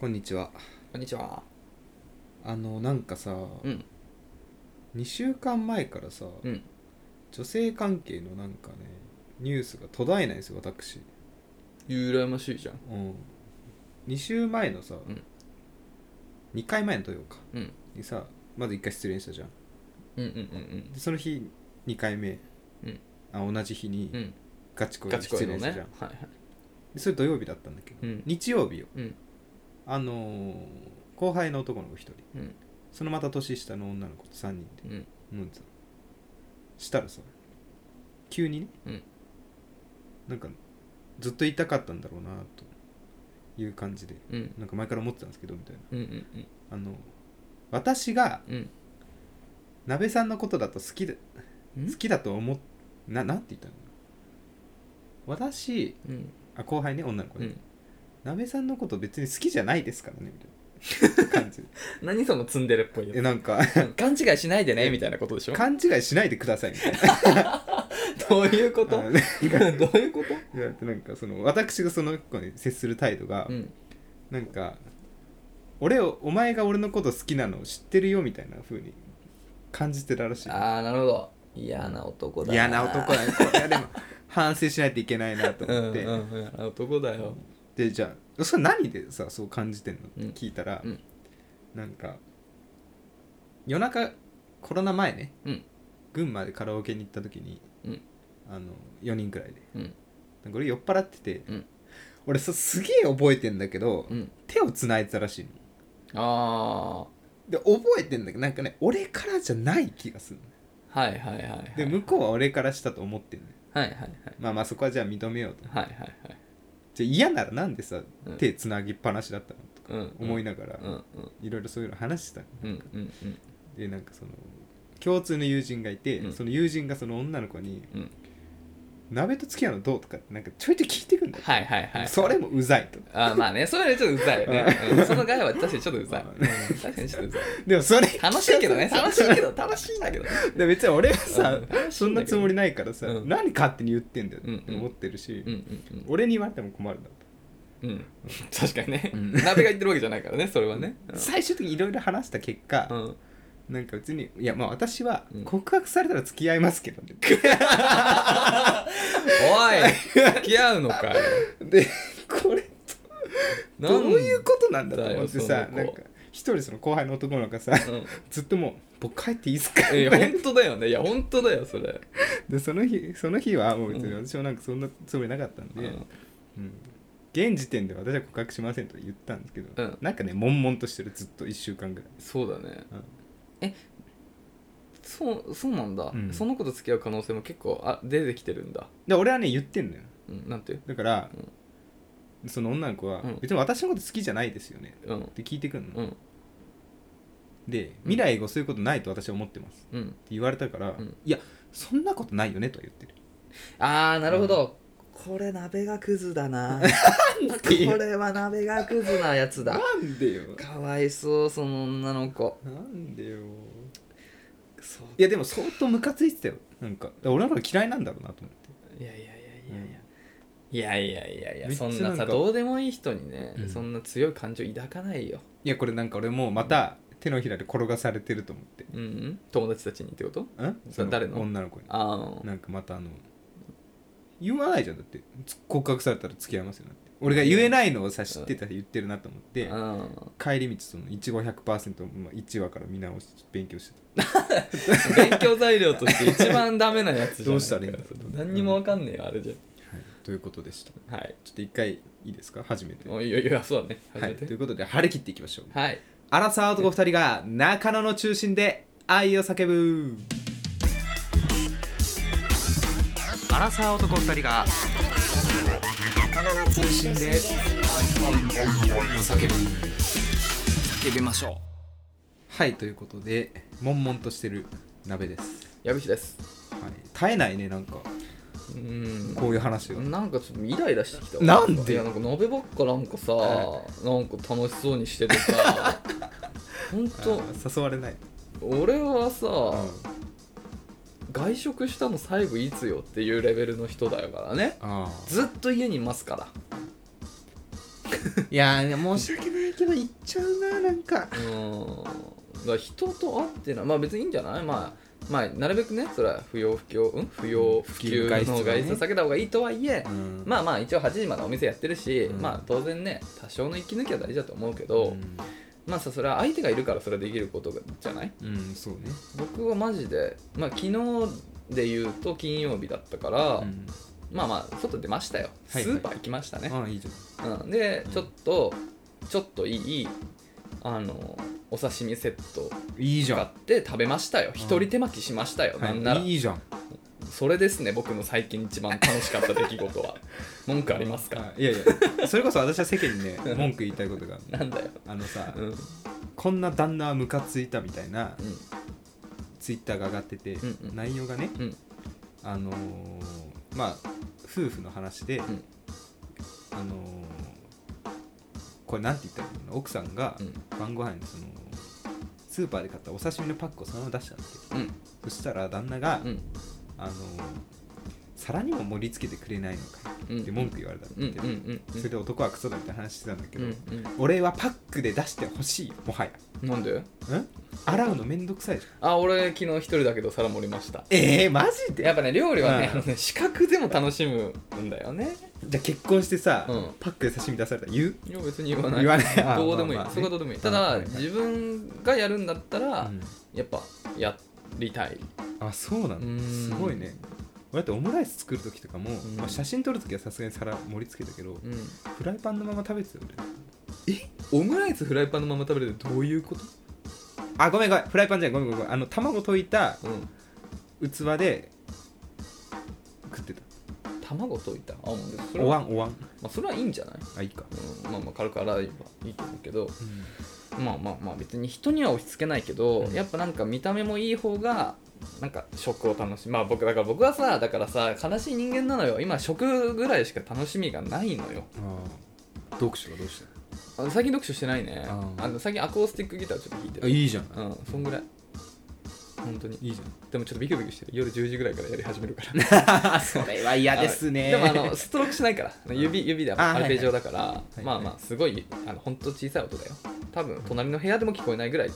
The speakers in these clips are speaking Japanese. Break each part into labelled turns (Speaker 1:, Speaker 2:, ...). Speaker 1: こんにちは
Speaker 2: こんにちは。
Speaker 1: あのなんかさ、
Speaker 2: うん
Speaker 1: 2週間前からさ、
Speaker 2: うん
Speaker 1: 女性関係のなんかねニュースが途絶えないんですよ私、
Speaker 2: 羨ましいじゃん。
Speaker 1: うん、2週前のさ、
Speaker 2: うん
Speaker 1: 2回前の土曜か
Speaker 2: うん。
Speaker 1: にさまず1回失恋したじゃん
Speaker 2: うんうんうん
Speaker 1: でその日2回目、
Speaker 2: うん
Speaker 1: あ同じ日
Speaker 2: うん。う
Speaker 1: に
Speaker 2: ん。
Speaker 1: ガチ恋
Speaker 2: ガ
Speaker 1: で
Speaker 2: チ
Speaker 1: 失
Speaker 2: 恋の
Speaker 1: 恋し
Speaker 2: ね。は
Speaker 1: た
Speaker 2: い
Speaker 1: じゃ
Speaker 2: は
Speaker 1: ん、
Speaker 2: い。
Speaker 1: でそれ土曜日だったんだけど、
Speaker 2: うん
Speaker 1: 日曜日よ
Speaker 2: うん
Speaker 1: あのー後輩の男の子1人
Speaker 2: うん
Speaker 1: そのまた年下の女の子と3人で
Speaker 2: うん
Speaker 1: 飲んでたしたらさ急にね、
Speaker 2: うん
Speaker 1: なんかずっと言いたかったんだろうなという感じで
Speaker 2: うん
Speaker 1: なんか前から思ってたんですけどみたいな
Speaker 2: うんうん
Speaker 1: あの私が
Speaker 2: うん
Speaker 1: 鍋さんのことだと好きだ
Speaker 2: うん。
Speaker 1: 好きだと思っななんて言ったの私
Speaker 2: うん
Speaker 1: あ後輩ね女の子
Speaker 2: う
Speaker 1: ね、
Speaker 2: ん。
Speaker 1: 鍋さんのこと別に好きじゃないですからねみたい な感じで
Speaker 2: 何そのツンデレっぽい
Speaker 1: え
Speaker 2: や
Speaker 1: なんか
Speaker 2: つ。勘違いしないでねみたいなことでしょ。
Speaker 1: 勘違いしないでくださいみたいな
Speaker 2: どういうこと？
Speaker 1: あ
Speaker 2: ど
Speaker 1: の
Speaker 2: う
Speaker 1: ね
Speaker 2: いうこと？
Speaker 1: だってなんかその私がその子に接する態度が、
Speaker 2: うん
Speaker 1: なんか俺をお前が俺のこと好きなのを知ってるよみたいな風に感じてたらしい
Speaker 2: ああなるほど。嫌な男だ。
Speaker 1: 嫌な男。だねこれはでも反省しないといけないなと
Speaker 2: うん
Speaker 1: 思っ
Speaker 2: うん
Speaker 1: て、
Speaker 2: 嫌な男だよ。
Speaker 1: でじゃあそれ何でさそう感じてんのって
Speaker 2: うん
Speaker 1: 聞いたら、
Speaker 2: うん
Speaker 1: なんか夜中コロナ前ね、
Speaker 2: うん
Speaker 1: 群馬でカラオケに行った時に、
Speaker 2: うん
Speaker 1: あの4人くらいで
Speaker 2: うん
Speaker 1: なんか俺酔っ払ってて、
Speaker 2: うん
Speaker 1: 俺さすげえ覚えてんだけど、
Speaker 2: うん。
Speaker 1: 手をつないでたらしいの
Speaker 2: あ
Speaker 1: で覚えてんだけどなんかね俺からじゃない気がする
Speaker 2: あはいはいはいはい。
Speaker 1: で向こうは俺からしたと思ってんのよ
Speaker 2: はいはいはい
Speaker 1: まあまあそこはじゃあ認めようと
Speaker 2: はいはいはい。
Speaker 1: じゃあ嫌ならなんでさ
Speaker 2: うん
Speaker 1: 手つなぎっぱなしだったのとか
Speaker 2: うん
Speaker 1: 思いながら
Speaker 2: うんうん
Speaker 1: いろいろそういうの話してたの
Speaker 2: うんうんうん
Speaker 1: でなんかその共通の友人がいて、
Speaker 2: うん
Speaker 1: その友人がその女の子に
Speaker 2: うん。
Speaker 1: 「鍋と付き合うのどう?」とかってなんかちょいちょい聞いてくんだよ、
Speaker 2: はいはいはい。
Speaker 1: それもうざいと
Speaker 2: あまあね、それよりちょっとうざいよね。うんそのガヤは確かにちょっとうざい。
Speaker 1: まあ
Speaker 2: うん確かにちょっとうざい。
Speaker 1: でもそれ
Speaker 2: 楽しいけどね、 楽しいけど、楽しいんだけどね。
Speaker 1: で別に俺はさ、
Speaker 2: うん楽しいんだけど
Speaker 1: そんなつもりないからさ、
Speaker 2: うん
Speaker 1: 何勝手に言ってんだよ
Speaker 2: うん
Speaker 1: って思ってるし、
Speaker 2: うんうん
Speaker 1: 俺に言われても困るんだと、
Speaker 2: うん。うん。確かにね。
Speaker 1: うん
Speaker 2: 鍋が言ってるわけじゃないからね、それはね。
Speaker 1: 最終的にいろいろ話した結果、
Speaker 2: うんうん。
Speaker 1: なんか別にいやまあ私は
Speaker 2: うん
Speaker 1: 告白されたら付き合いますけどね、
Speaker 2: おい付き合うのかよ。
Speaker 1: でこれ
Speaker 2: な
Speaker 1: ど
Speaker 2: ん
Speaker 1: ういうことなんだと思って
Speaker 2: だよ
Speaker 1: さ
Speaker 2: その子
Speaker 1: なんか一人その後輩の男の子がさ、
Speaker 2: うん
Speaker 1: ずっともう「僕帰っていいっすか?」
Speaker 2: いや、本当だよね。いや、本当だよ、それ。
Speaker 1: でその日その日はもう別に
Speaker 2: うん
Speaker 1: 私はなんかそんなつもりなかったんで、
Speaker 2: う
Speaker 1: うん
Speaker 2: ん
Speaker 1: 現時点で私は告白しませんと言ったんですけど、
Speaker 2: うん
Speaker 1: なんかね悶々としてるずっと1週間ぐらい、
Speaker 2: そうだね。
Speaker 1: うん
Speaker 2: そう、そうなんだ
Speaker 1: う。ん
Speaker 2: その子と付き合う可能性も結構あ出てきてるんだ。
Speaker 1: で俺はね言ってんのよ
Speaker 2: うん、なんて。
Speaker 1: だから、その女の子は、
Speaker 2: うん
Speaker 1: 別に私のこと好きじゃないですよね」
Speaker 2: うん
Speaker 1: っ。て聞いてくんの、
Speaker 2: うん。
Speaker 1: で「未来後そういうことないと私は思ってます」
Speaker 2: うん。
Speaker 1: って言われたから「
Speaker 2: うん
Speaker 1: いやそんなことないよね」とは言ってる
Speaker 2: ああなるほど、これ鍋がクズだなこれは鍋がクズなやつだ
Speaker 1: なんでよ
Speaker 2: かわいそうその女の子
Speaker 1: なんでよ
Speaker 2: そ
Speaker 1: いやでも相当ムカついてたよなんか俺のこと嫌いなんだろうなと思って
Speaker 2: ういやいやいやいやいや、いやいやいやいや
Speaker 1: めっちゃ
Speaker 2: そ
Speaker 1: なん
Speaker 2: ん
Speaker 1: か
Speaker 2: なさどうでもいい人にね、
Speaker 1: うん
Speaker 2: そんな強い感情抱かないよ
Speaker 1: いやこれなんか俺もうまた手のひらで転がされてると思って
Speaker 2: うん、うん、友達たちにってこと
Speaker 1: ん
Speaker 2: それ誰の
Speaker 1: 女の子に
Speaker 2: あー
Speaker 1: なんかまたあの言わないじゃんだってつ告白されたら付き合いますよなって俺が言えないのをさ知ってたら言ってるなと思って
Speaker 2: うん
Speaker 1: 帰り道その1語100%、まあ、1話から見直して勉強して
Speaker 2: 勉強材料として一番ダメなやつじゃん
Speaker 1: どうしたらいいんだろう
Speaker 2: 何にもわかんねえよあれじ
Speaker 1: た、はい、ということでしたちょ
Speaker 2: ゃんはい
Speaker 1: っと一回いいですか初めて
Speaker 2: もういいよいいよそうだね
Speaker 1: は
Speaker 2: 初め
Speaker 1: い、とい
Speaker 2: て
Speaker 1: うことで張り切っていきましょう
Speaker 2: はい
Speaker 1: アラサー男2人が中野の中心で愛を叫ぶアラサー男2人が中心で愛を叫ぶ叫びましょうはいということで悶々としてる鍋です、
Speaker 2: 矢口です
Speaker 1: はい、絶えないねなんか
Speaker 2: うん
Speaker 1: こういう話が、
Speaker 2: なんかちょっとイライラしてきたわ
Speaker 1: なんで
Speaker 2: いやなんか鍋ばっかなんかさ、
Speaker 1: は
Speaker 2: なんか楽しそうにしててさ ほん
Speaker 1: あ
Speaker 2: と
Speaker 1: ー誘われない、
Speaker 2: 俺はさ、
Speaker 1: あ
Speaker 2: 外食したの最後いつよっていうレベルの人だからね
Speaker 1: あ
Speaker 2: ずっと家にいますから
Speaker 1: いやー申し訳ないないけど行っちゃうななんか
Speaker 2: うんだから人と会ってないまあ別にいいんじゃないまあまあなるべくねそれは不要不急うん不要不
Speaker 1: 不
Speaker 2: 急
Speaker 1: 急
Speaker 2: の
Speaker 1: 外
Speaker 2: 外
Speaker 1: 出はね
Speaker 2: 出を避けた方がいいとはいえ、
Speaker 1: うん
Speaker 2: まあまあ一応8時までお店やってるし、
Speaker 1: うん
Speaker 2: まあ当然ね多少の息抜きは大事だと思うけ
Speaker 1: あ
Speaker 2: ど、まあさそれは相手がいるからそれはできることじゃない
Speaker 1: うん、うん、そうね
Speaker 2: 僕はマジでまあ昨日で言うと金曜日だったから、
Speaker 1: うん
Speaker 2: まあまあ外出ましたよ
Speaker 1: は
Speaker 2: ス
Speaker 1: いはい
Speaker 2: ーパー行きましたね、
Speaker 1: ああいいじゃん
Speaker 2: うん、で
Speaker 1: うん
Speaker 2: ちょっとちょっといいあのお刺身セット
Speaker 1: いいじ
Speaker 2: 買
Speaker 1: ゃ
Speaker 2: って食べましたよ
Speaker 1: ん
Speaker 2: 一人手巻きしましたよ、
Speaker 1: ん、
Speaker 2: なんなら
Speaker 1: はい、いいじゃん
Speaker 2: それですね僕の最近一番楽しかった出来事は文句ありますか、
Speaker 1: あいやいやそれこそ私は世間に ね文句言いたいことがある
Speaker 2: なんだよ
Speaker 1: あのさ、
Speaker 2: うんうん
Speaker 1: こんな旦那はムカついたみたいなツイッターが上がってて、
Speaker 2: うんうん
Speaker 1: 内容がね
Speaker 2: うん
Speaker 1: あのーまあ夫婦の話で、
Speaker 2: ん
Speaker 1: あのーこれなんて言ったらいいの奥さんが
Speaker 2: うん
Speaker 1: 晩ご飯にそのスーパーで買ったお刺身のパックをそのまま出したんですよ
Speaker 2: うん
Speaker 1: そしたら旦那が、
Speaker 2: うん
Speaker 1: あのー皿にも盛り付けてくれないのか
Speaker 2: う
Speaker 1: っ
Speaker 2: ん
Speaker 1: て文句言われたって
Speaker 2: うんう
Speaker 1: 言
Speaker 2: ん
Speaker 1: って、
Speaker 2: うんうん
Speaker 1: それで男はクソだみたいな話してたんだけ
Speaker 2: う
Speaker 1: ど、
Speaker 2: ん
Speaker 1: 俺はパックで出してほしいよもはや
Speaker 2: うんなんで
Speaker 1: ん洗うのめんどくさいじゃん
Speaker 2: あ俺昨日一人だけど皿盛りました
Speaker 1: ええマジ
Speaker 2: やっぱね料理はね,、
Speaker 1: うん
Speaker 2: あのね視覚でも楽しむんだよね
Speaker 1: じゃあ結婚してさ、
Speaker 2: うん
Speaker 1: パックで刺身出されたら言う
Speaker 2: いや別に言わない
Speaker 1: 言わないあ
Speaker 2: どうでもいい、
Speaker 1: まあまあね
Speaker 2: そこはどうでもいいた
Speaker 1: あ
Speaker 2: だ、
Speaker 1: はいはい
Speaker 2: 自分がやるんだったら、
Speaker 1: うん
Speaker 2: やっぱやりたい
Speaker 1: あそうな
Speaker 2: う
Speaker 1: の
Speaker 2: ん
Speaker 1: すごいね俺だってオムライス作る時とかも、
Speaker 2: ん
Speaker 1: まあ、写真撮る時はさすがに皿盛り付けたけど、
Speaker 2: うん
Speaker 1: フライパンのまま食べてたよ俺
Speaker 2: オムライスフライパンのまま食べるってどういうこと
Speaker 1: あごめんごめんフライパンじゃないごめんごめんごめんあの卵溶いた
Speaker 2: うん
Speaker 1: 器で食ってた
Speaker 2: 卵溶いたあもうでもそれ
Speaker 1: お
Speaker 2: は、
Speaker 1: わ
Speaker 2: ま
Speaker 1: んおわん
Speaker 2: あ、それはいいんじゃない、
Speaker 1: あいいか、
Speaker 2: うん、まあまあ軽く洗えばいいと思うけどまあまあまあ別に人には押し付けないけど、
Speaker 1: うん
Speaker 2: やっぱなんか見た目もいい方がなんか食を楽しむまあ僕だから僕はさだからさ悲しい人間なのよ今食ぐらいしか楽しみがないのよ
Speaker 1: ああ読書はどうし
Speaker 2: あの最近読書してないね
Speaker 1: あー
Speaker 2: あの最近アコースティックギターちょっと弾いて
Speaker 1: たあ
Speaker 2: る
Speaker 1: いいじゃん、
Speaker 2: うんそんぐらい本当に
Speaker 1: いいじゃん
Speaker 2: でもちょっとビクビクしてる夜10時ぐらいからやり始めるか ら
Speaker 1: それは嫌ですね。
Speaker 2: でもあのストロークしないから指指で
Speaker 1: あ
Speaker 2: アルペジオだから、
Speaker 1: いはい
Speaker 2: まあまあすごいあの本当小さい音だよ多分隣の部屋でも聞こえないぐらいや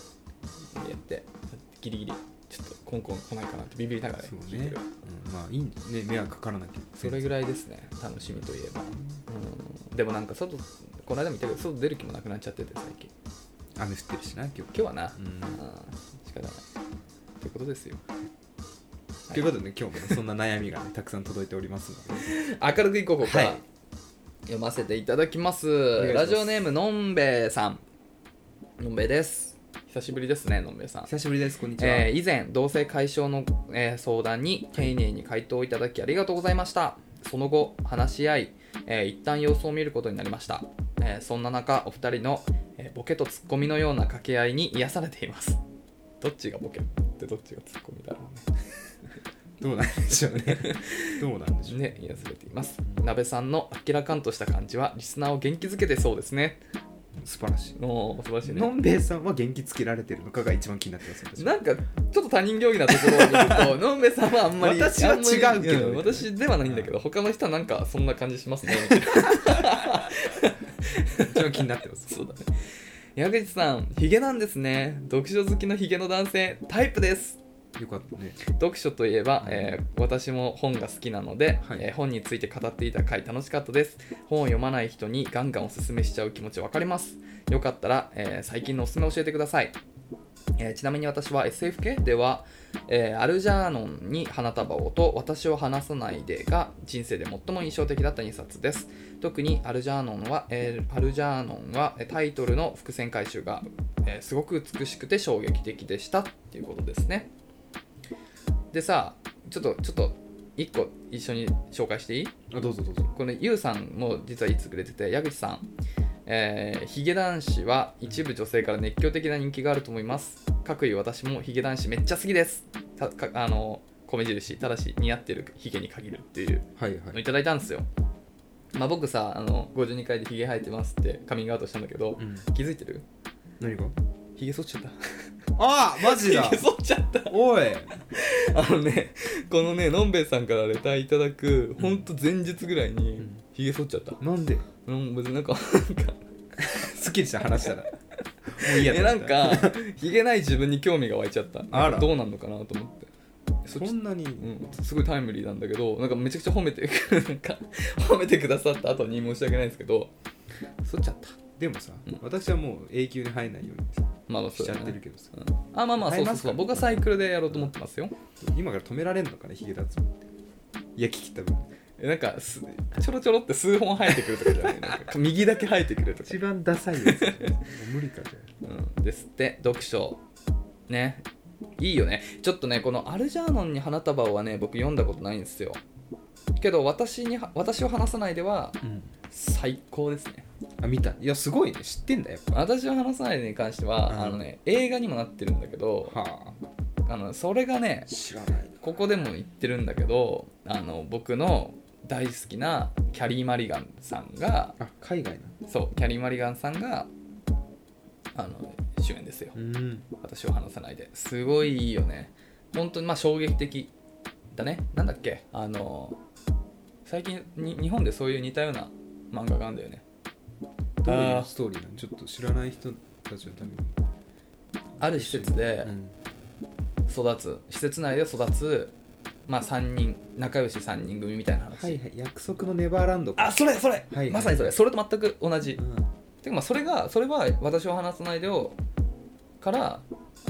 Speaker 2: ってギリギリちょっとコンコン来ないかなってビビ りながら
Speaker 1: そう
Speaker 2: 聞いて
Speaker 1: ね
Speaker 2: る。
Speaker 1: うんまあいいんだね迷惑かからなきゃ。
Speaker 2: それぐらいですね楽しみといえば、うん、でもなんか外この間も言ったけど外出る気もなくなっちゃってて最近
Speaker 1: 雨降ってるしな今日。
Speaker 2: 今日はな、
Speaker 1: う
Speaker 2: うんん、仕方ないということですよ
Speaker 1: ということでね今日もねそんな悩みがねたくさん届いておりますので。
Speaker 2: 明るくいこうか、
Speaker 1: はい
Speaker 2: 読ませていただきます
Speaker 1: 願いします
Speaker 2: ラジオネームのんべえさんのんべえです久しぶりですねのんべえさん
Speaker 1: 久しぶりですこんにちは。
Speaker 2: えー以前同性解消の、えー相談に丁寧に回答いただきありがとうございましたその後話し合い、えー一旦様子を見ることになりました、えーそんな中お二人の、えーボケとツッコミのような掛け合いに癒されていますどっちがボケってどっちがツッコミだろうね
Speaker 1: どうなんでしょうね。 どうなんでしょう。
Speaker 2: ね、癒されています。鍋さんの明らかんとした感じはリスナーを元気づけてそうですね。
Speaker 1: 素晴らし
Speaker 2: おー素晴らし
Speaker 1: い。
Speaker 2: い
Speaker 1: の
Speaker 2: ね。
Speaker 1: んべえさんは元気つけられてるのかが一番気になってます私は。
Speaker 2: なんかちょっと他人行儀なところを見る とのんべえさんはあんまり
Speaker 1: 私は違うけど
Speaker 2: あんまりん私ではないんだけど他の人はなんかそんな感じしますねみたいな
Speaker 1: 一番気になってます。
Speaker 2: そうだね矢口さんヒゲなんですね読書好きのヒゲの男性タイプです
Speaker 1: よかったね。
Speaker 2: 読書といえば、えー私も本が好きなので、
Speaker 1: はい
Speaker 2: えー本について語っていた回楽しかったです本を読まない人にガンガンおすすめしちゃう気持ちわかりますよかったら、えー最近のおすすめ教えてください、えーちなみに私は SF 系では、えーアルジャーノンに花束をと私を離さないでが人生で最も印象的だった2冊です特にアルジャーノンは、えーアルジャーノンはえータイトルの伏線回収が、えーすごく美しくて衝撃的でしたっていうことですねでさちょっとちょっと一個一緒に紹介していい
Speaker 1: あどうぞどうぞ。
Speaker 2: このゆうさんも実はいつくれてて矢口さん、えーヒゲ男子は一部女性から熱狂的な人気があると思いますかくいう私もヒゲ男子めっちゃ好きですたかあの米印ただし似合ってるヒゲに限るっていう
Speaker 1: はい
Speaker 2: の
Speaker 1: はいい。
Speaker 2: ただいたんですよ、まあ、僕さあの52回でヒゲ生えてますってカミングアウトしたんだけど、
Speaker 1: うん。
Speaker 2: 気づいてる
Speaker 1: 何が？
Speaker 2: ヒゲ剃っちゃった
Speaker 1: あマジだ
Speaker 2: ヒゲ。剃っちゃった
Speaker 1: おい。
Speaker 2: あのね、このね、のんべえさんからレターいただく、ほんと前日ぐらいに
Speaker 1: ん、
Speaker 2: ひげ剃っちゃった。
Speaker 1: なんで？
Speaker 2: うん、別になんか、なんか、好き
Speaker 1: きりした話したらもういいや
Speaker 2: え
Speaker 1: と
Speaker 2: な
Speaker 1: 思
Speaker 2: ん
Speaker 1: った
Speaker 2: かひげない自分に興味が湧いちゃった
Speaker 1: あら
Speaker 2: どうなんのかなと思ってそっち
Speaker 1: そんなに、
Speaker 2: うん、すごいタイムリーなんだけどなんかめちゃくちゃ褒めてなんか褒めてくださった後に申し訳ないんですけどそっちゃった
Speaker 1: でもさ、
Speaker 2: うん
Speaker 1: 私はもう永久に生えないように
Speaker 2: まあまあ
Speaker 1: し
Speaker 2: そう
Speaker 1: ち
Speaker 2: だ
Speaker 1: ゃ
Speaker 2: ね
Speaker 1: ってるけどさ、
Speaker 2: うん、あまあまあ
Speaker 1: 買い
Speaker 2: そ
Speaker 1: う
Speaker 2: そう
Speaker 1: ます
Speaker 2: そ
Speaker 1: か
Speaker 2: う僕はサイクルでやろうと思ってますよ
Speaker 1: 今から止められんのかねヒゲ脱毛っていや聞きた分
Speaker 2: えなんかすちょろちょろって数本生えてくるとかじゃないなんか右だけ生えてくるとか
Speaker 1: 一番ダサいやつもう無理かじゃ
Speaker 2: うん、ですって読書ねいいよねちょっとねこの「アルジャーノンに花束」はね僕読んだことないんですよけど私には私を話さないでは
Speaker 1: あ,、うん、
Speaker 2: 最高ですね
Speaker 1: あ見たいやすごいね知ってんだやっ
Speaker 2: 私を話さないでに関しては、
Speaker 1: うん
Speaker 2: あのね映画にもなってるんだけど
Speaker 1: ぱはあ
Speaker 2: あのそれがね
Speaker 1: 知らない
Speaker 2: ここでも言ってるんだけどあの僕の大好きなキャリー・マリガンさんが
Speaker 1: あ海外な
Speaker 2: そうキャリー・マリガンさんがあの主演ですよ
Speaker 1: うん
Speaker 2: 私を話さないですごいいいよね本当にまあ衝撃的だねなんだっけあの最近に日本でそういう似たような漫画があるんだよね
Speaker 1: どうい
Speaker 2: あー
Speaker 1: うストーリーなのちょっと知らない人たちのために、
Speaker 2: ある施設で
Speaker 1: うん
Speaker 2: 育つ施設内で育つまあ3人仲良し3人組みたいな話、
Speaker 1: はいはい約束のネバーランドか
Speaker 2: あそれそれ、
Speaker 1: はい
Speaker 2: まさにそれそれと全く同じ
Speaker 1: う
Speaker 2: てかまあそれがそれは私を話さないでをから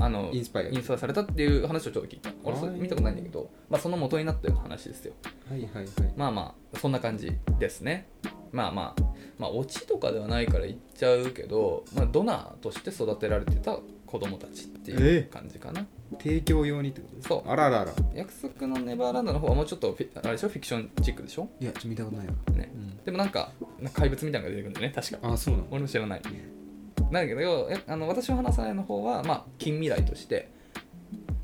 Speaker 2: あの
Speaker 1: インスパイア
Speaker 2: インスパイアされたっていう話をちょっと聞いた俺それ
Speaker 1: はい
Speaker 2: 見たことないんだけど、まあ、その元になったような話ですよ
Speaker 1: んはいはいはい
Speaker 2: まあまあそんな感じですねまあまあまあオチとかではないから言っちゃうけど、まあ、ドナーとして育てられてた子供たちってい
Speaker 1: え
Speaker 2: う感じかな、
Speaker 1: 提供用にってことですか
Speaker 2: そう
Speaker 1: あららら
Speaker 2: 約束のネバーランドの方はもうちょっとフィあれでしょフィクションチックでしょ
Speaker 1: いやちょっと見たことないわ、
Speaker 2: ねでもなんかなんか怪物みたいなのが出てくるんだよね確か
Speaker 1: うん、あそうなの
Speaker 2: 俺も知らないなんだけどえあの私の話さないの方は、まあ、近未来として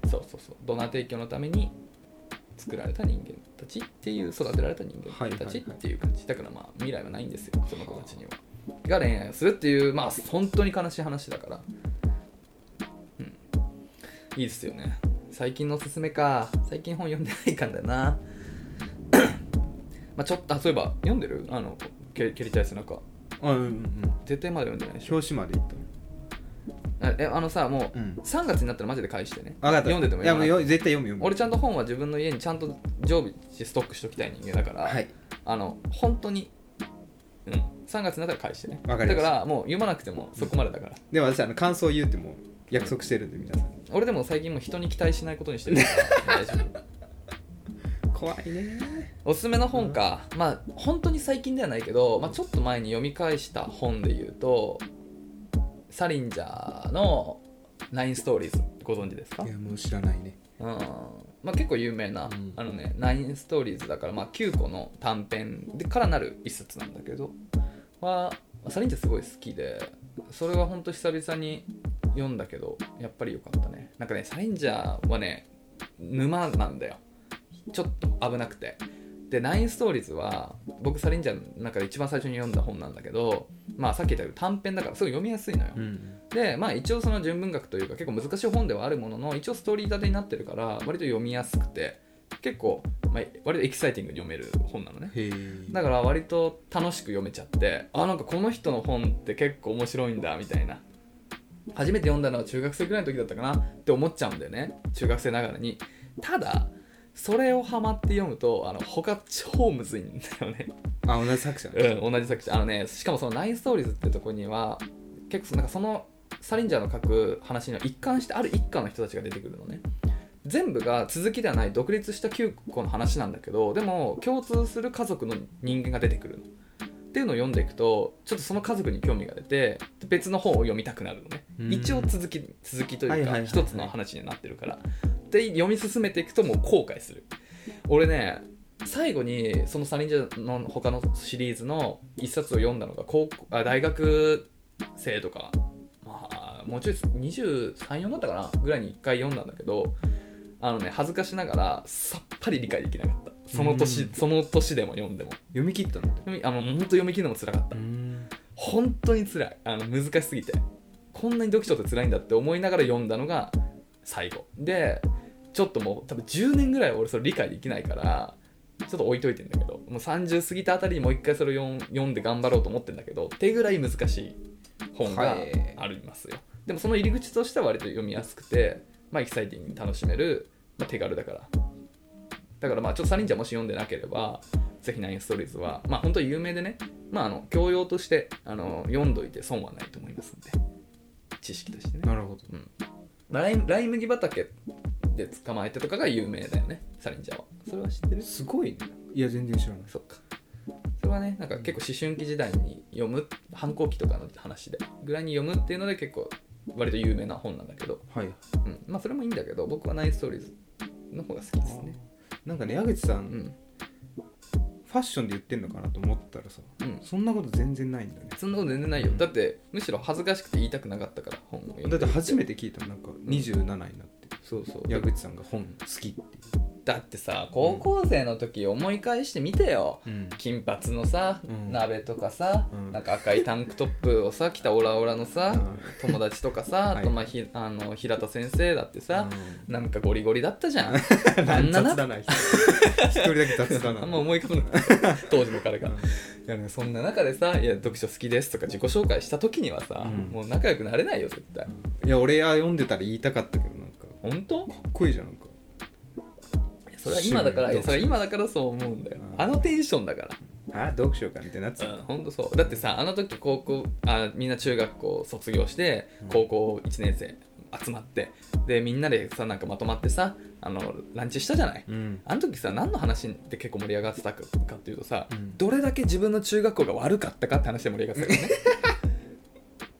Speaker 2: そうそうそうドナー提供のために作られた人間たちっていう育てられた人間たちっていう感じ、だからまあ未来はないんですよその子たちにはが恋愛をするっていうまあ本当に悲しい話だからうんいいですよね最近のおすすめか最近本読んでないかんだよなまあちょっとあそういえば読んでるあの蹴り蹴りたい背中
Speaker 1: あうんうんうん
Speaker 2: 絶対まだ読んでないでしょ
Speaker 1: 表紙まで行った
Speaker 2: あえあのさも
Speaker 1: う
Speaker 2: う
Speaker 1: ん
Speaker 2: 3月になったらマジで返してね、
Speaker 1: 分かった
Speaker 2: 読んでても
Speaker 1: いやもう
Speaker 2: 読ま
Speaker 1: よ
Speaker 2: ない
Speaker 1: 絶対読む読む
Speaker 2: 俺ちゃんと本は自分の家にちゃんと常備してストックしときたい人間だから、
Speaker 1: はい
Speaker 2: あの本当に、うん、3月になったら返してね
Speaker 1: わかりました
Speaker 2: だからもう読まなくてもそこまでだから、
Speaker 1: でも私あの感想言うってもう約束してるんで皆さん
Speaker 2: 俺でも最近もう人に期待しないことにしてるから 大丈夫
Speaker 1: 怖いね
Speaker 2: おすすめの本か、まあ本当に最近ではないけど、まあ、ちょっと前に読み返した本で言うとサリンジャーの「ナインストーリーズ」ご存知ですか
Speaker 1: いやもう知らないね
Speaker 2: うんまあ、結構有名な、
Speaker 1: うん
Speaker 2: あのね「ナインストーリーズ」だから、まあ、9個の短編でからなる一冊なんだけどはサリンジャすごい好きでそれは本当久々に読んだけどやっぱり良かったねなんかねサリンジャーはね沼なんだよちょっと危なくてで「ナインストーリーズは」僕サリンジャーの中で一番最初に読んだ本なんだけどまあさっき言ったように短編だからすごい読みやすいのよ、
Speaker 1: ん
Speaker 2: でまあ一応その純文学というか結構難しい本ではあるものの一応ストーリー立てになってるから割と読みやすくて結構、まあ、割とエキサイティングに読める本なのね
Speaker 1: へえ
Speaker 2: だから割と楽しく読めちゃってあなんかこの人の本って結構面白いんだみたいな初めて読んだのは中学生ぐらいの時だったかなって思っちゃうんだよね中学生ながらにただそれをハマって読むとあの他超むずいんだよね
Speaker 1: あ同じ作者
Speaker 2: うん、同じ作者あのねしかもその「ナインストーリーズ」ってとこには結構なんかそのサリンジャーの書く話には一貫してある一家の人たちが出てくるのね全部が続きではない独立した9個の話なんだけどでも共通する家族の人間が出てくるのっていうのを読んでいくとちょっとその家族に興味が出て別の本を読みたくなるのね
Speaker 1: うん
Speaker 2: 一応続き続きと
Speaker 1: はいいうはいはい
Speaker 2: か
Speaker 1: はい
Speaker 2: 一つの話になってるからで読み進めていくともう後悔する俺ね最後にそのサリンジャーの他のシリーズの一冊を読んだのが高校あ大学生とか、まあ、もうちょい234だったかなぐらいに一回読んだんだけどあのね恥ずかしながらさっぱり理解できなかったその
Speaker 1: う
Speaker 2: 年
Speaker 1: ん
Speaker 2: その年でも読んでも
Speaker 1: 読み切ったの
Speaker 2: 読みあの本当読み切るのも辛かった
Speaker 1: ん
Speaker 2: 本当に辛いあの難しすぎてこんなに読書って辛いんだって思いながら読んだのが最後でちょっともう多分10年ぐらい俺それ理解できないからちょっと置いといてんだけどもう30過ぎたあたりにもう一回それを読ん読んで頑張ろうと思ってんだけどってぐらい難しい本がありますよ、でもその入り口としては割と読みやすくて、まあ、エキサイティングに楽しめる、まあ、手軽だからだからまあちょっとサリンちゃんもし読んでなければぜひナインストーリーズはまあ本当に有名でねまああの教養としてあの読んどいて損はないと思いますんで知識としてね
Speaker 1: なるほど
Speaker 2: ライライ麦畑で捕まえてとかが有名だよねサリンちゃんはそれは知ってる
Speaker 1: すごいねいや全然知らない
Speaker 2: そっかそれはねなんか結構思春期時代に読む反抗期とかの話でぐらいに読むっていうので結構割と有名な本なんだけど、
Speaker 1: はい
Speaker 2: うん、まあそれもいいんだけど僕はナインストーリーズの方が好きですね
Speaker 1: なんかね矢口さ、
Speaker 2: うんん
Speaker 1: ファッションで言ってんのかなと思ったらさ
Speaker 2: うん
Speaker 1: そんなこと全然ないんだね
Speaker 2: そんなこと全然ないよだってむしろ恥ずかしくて言いたくなかったから本を読ん
Speaker 1: だ
Speaker 2: で
Speaker 1: って初めて聞いたのなんか27になって
Speaker 2: そうそう
Speaker 1: 矢口さんが本好きっていう、
Speaker 2: だってさ高校生の時思い返してみてよ、
Speaker 1: うん
Speaker 2: 金髪のさ、
Speaker 1: うん
Speaker 2: 鍋とかさ、
Speaker 1: うん
Speaker 2: なんか赤いタンクトップをさ着たオラオラ のさ、友達とかさ、
Speaker 1: はい
Speaker 2: あとまあひあの平田先生だってさ、なんかゴリゴリだったじゃん
Speaker 1: うん
Speaker 2: あんな
Speaker 1: 雑
Speaker 2: な
Speaker 1: だな一人だけ雑だな
Speaker 2: あんま思い浮かぶ な当時の彼が、いやねそんな中でさ「いや読書好きです」とか自己紹介した時にはさ、
Speaker 1: うん
Speaker 2: もう仲良くなれないよ絶対
Speaker 1: いや俺は読んでたら言いたかったけどなんかか
Speaker 2: 本当
Speaker 1: っこいいじゃんなんか
Speaker 2: それは今だから
Speaker 1: 趣味
Speaker 2: いやそれは今だからそう思うんだよ
Speaker 1: うん
Speaker 2: あのテンションだから
Speaker 1: あ読書かみたいになってた、
Speaker 2: ほんとそうだってさあの時高校あみんな中学校卒業して
Speaker 1: うん
Speaker 2: 高校1年生集まってでみんなでさなんかまとまってさあのランチしたじゃない
Speaker 1: うん
Speaker 2: あの時さ何の話で結構盛り上がってたかっていうとさ、
Speaker 1: うん
Speaker 2: どれだけ自分の中学校が悪かったかって話で盛り上がってたよね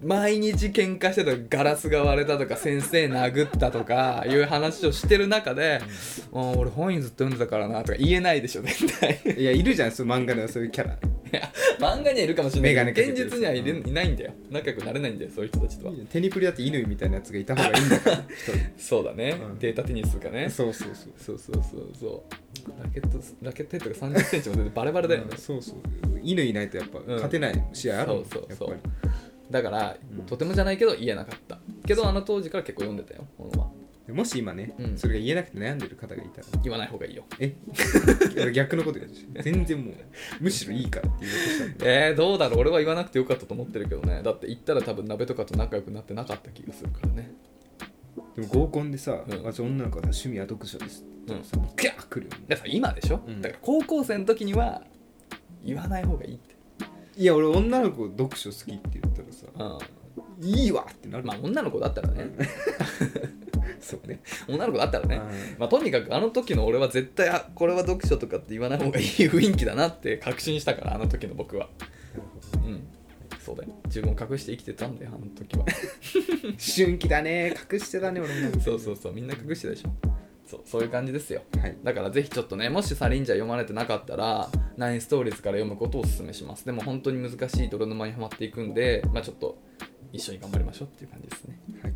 Speaker 2: 毎日喧嘩してたとかガラスが割れたとか先生殴ったとかいう話をしてる中で「もう俺本ずっと読んでたからな」とか言えないでしょ絶対
Speaker 1: いやいるじゃんそう漫画のそういうキャラ
Speaker 2: 漫画にはいるかもしれないけど
Speaker 1: 眼鏡かけてる
Speaker 2: 現実にはいる
Speaker 1: う
Speaker 2: いないんだよ仲良くなれないんだよそういう人たちとはい
Speaker 1: いよテニプリだって乾みたいなやつがいた方がいいんだから 一
Speaker 2: そうだね、
Speaker 1: うん
Speaker 2: データテニスとかね
Speaker 1: 人そうそうそう
Speaker 2: そうそうそうそうラケットラケットヘッドが3 0ンチも出てバレバレだよね
Speaker 1: うんそうそう乾いないとやっぱ勝てない試合あるもん、
Speaker 2: そうそうそう
Speaker 1: やっぱり
Speaker 2: だから、
Speaker 1: うん
Speaker 2: とてもじゃないけど言えなかったけどあの当時から結構読んでたよ本は
Speaker 1: でもし今ね、
Speaker 2: うん
Speaker 1: それが言えなくて悩んでる方がいたら
Speaker 2: 言わない方がいいよ
Speaker 1: え 俺逆のこと言うし全然もうむしろいいからって言おうとしたんだ
Speaker 2: えー、どうだろう俺は言わなくてよかったと思ってるけどねだって言ったら多分鍋とかと仲良くなってなかった気がするからね
Speaker 1: でも合コンでさ、
Speaker 2: うん
Speaker 1: 私女の子がさ趣味は読書ですって言ったらさ、ガーッ来るよね
Speaker 2: だから今でしょ、
Speaker 1: うん
Speaker 2: だから高校生の時には言わない方がいいって、
Speaker 1: いや俺女の子読書好きって言ったらさ
Speaker 2: うん、
Speaker 1: いいわってなる
Speaker 2: まあ女の子だったらね
Speaker 1: そうね
Speaker 2: 女の子だったらね
Speaker 1: うん
Speaker 2: まあとにかくあの時の俺は絶対あこれは読書とかって言わない 方がいい雰囲気だなって確信したからあの時の僕はうんそうだよ自分を隠して生きてたんだよあの時 は
Speaker 1: 春季だね隠してたね俺も
Speaker 2: そうそうそうみんな隠してたでしょそうそういう感じですよ
Speaker 1: はい
Speaker 2: だからぜひちょっとねもしサリンジャー読まれてなかったらナインストーリーズから読むことをお勧めしますでも本当に難しい泥沼にはまっていくんでまあちょっと一緒に頑張りましょうっていう感じですね
Speaker 1: はい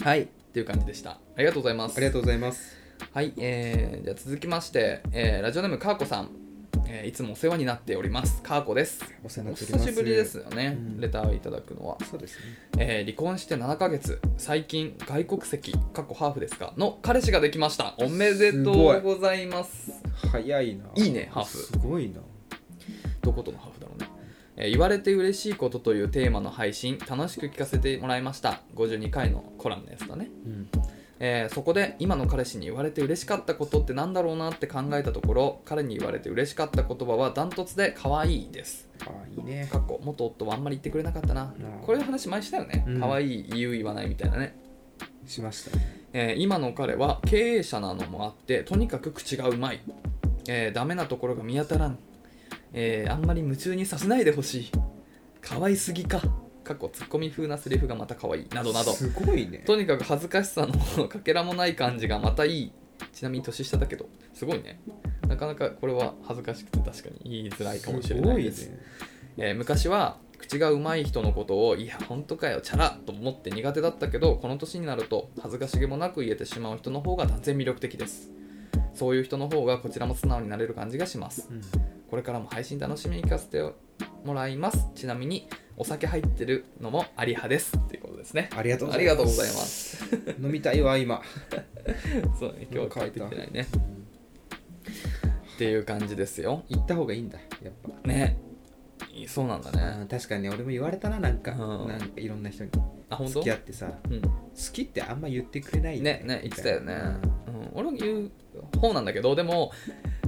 Speaker 2: はいっていう感じでしたありがとうございます
Speaker 1: ありがとうございます
Speaker 2: はい、えー、じゃあ続きまして、えーラジオネームかーこさん、えーいつもお世話になっておりますかーこです
Speaker 1: お世話
Speaker 2: お
Speaker 1: になっておりま
Speaker 2: 久
Speaker 1: す
Speaker 2: しぶりですよね、
Speaker 1: うん
Speaker 2: レターをいただくのは
Speaker 1: そうですね
Speaker 2: えー離婚して7ヶ月最近外国籍過去ハーフですかの彼氏ができましたおめでとうございます
Speaker 1: 早いないい
Speaker 2: いねハーフ
Speaker 1: すごいな
Speaker 2: どことのハーフだろうね、えー言われて嬉しいことというテーマの配信楽しく聞かせてもらいました52回のコラムのやつだね、
Speaker 1: うん
Speaker 2: えーそこで今の彼氏に言われて嬉しかったことってなんだろうなって考えたところ彼に言われて嬉しかった言葉はダントツで可愛いです
Speaker 1: あいいね
Speaker 2: かっこ元夫はあんまり言ってくれなかったな
Speaker 1: うん
Speaker 2: これ話前したよね、
Speaker 1: うん
Speaker 2: 可愛い言う言わないみたいなね
Speaker 1: しましたね
Speaker 2: えー今の彼は経営者なのもあってとにかく口がうまい、えーダメなところが見当たらん、えーあんまり夢中にさせないでほしい可愛すぎか過去ツッコミ風なセリフがまた可愛いなどなど
Speaker 1: すごいね
Speaker 2: とにかく恥ずかしさのかけらもない感じがまたいいちなみに年下だけどすごいねなかなかこれは恥ずかしくて確かに言いづらいかもしれないです
Speaker 1: ごね
Speaker 2: えー昔は口がうまい人のことを「いや本当かよチャラ!」と思って苦手だったけどこの年になると恥ずかしげもなく言えてしまう人の方が断然魅力的ですそういう人の方がこちらも素直になれる感じがします
Speaker 1: うん
Speaker 2: これからも配信楽しみに聞かせてもらいますちなみにお酒入ってるのもあり派ですっていうことですね
Speaker 1: ありがとう
Speaker 2: ありがとうございます
Speaker 1: 飲みたいわ今
Speaker 2: そうね今日は帰ってきてないねっていう感じですよ
Speaker 1: 行った方がいいんだやっぱ
Speaker 2: ねにそうなんだね
Speaker 1: うん確かにね俺も言われたななんか
Speaker 2: うん
Speaker 1: なんかいろんな人に
Speaker 2: あ本当
Speaker 1: 付き合ってさ
Speaker 2: う
Speaker 1: 好きってあんま言ってくれない
Speaker 2: ん、ねね言ってたよね、
Speaker 1: うん
Speaker 2: うん、俺も言う方なんだけどでも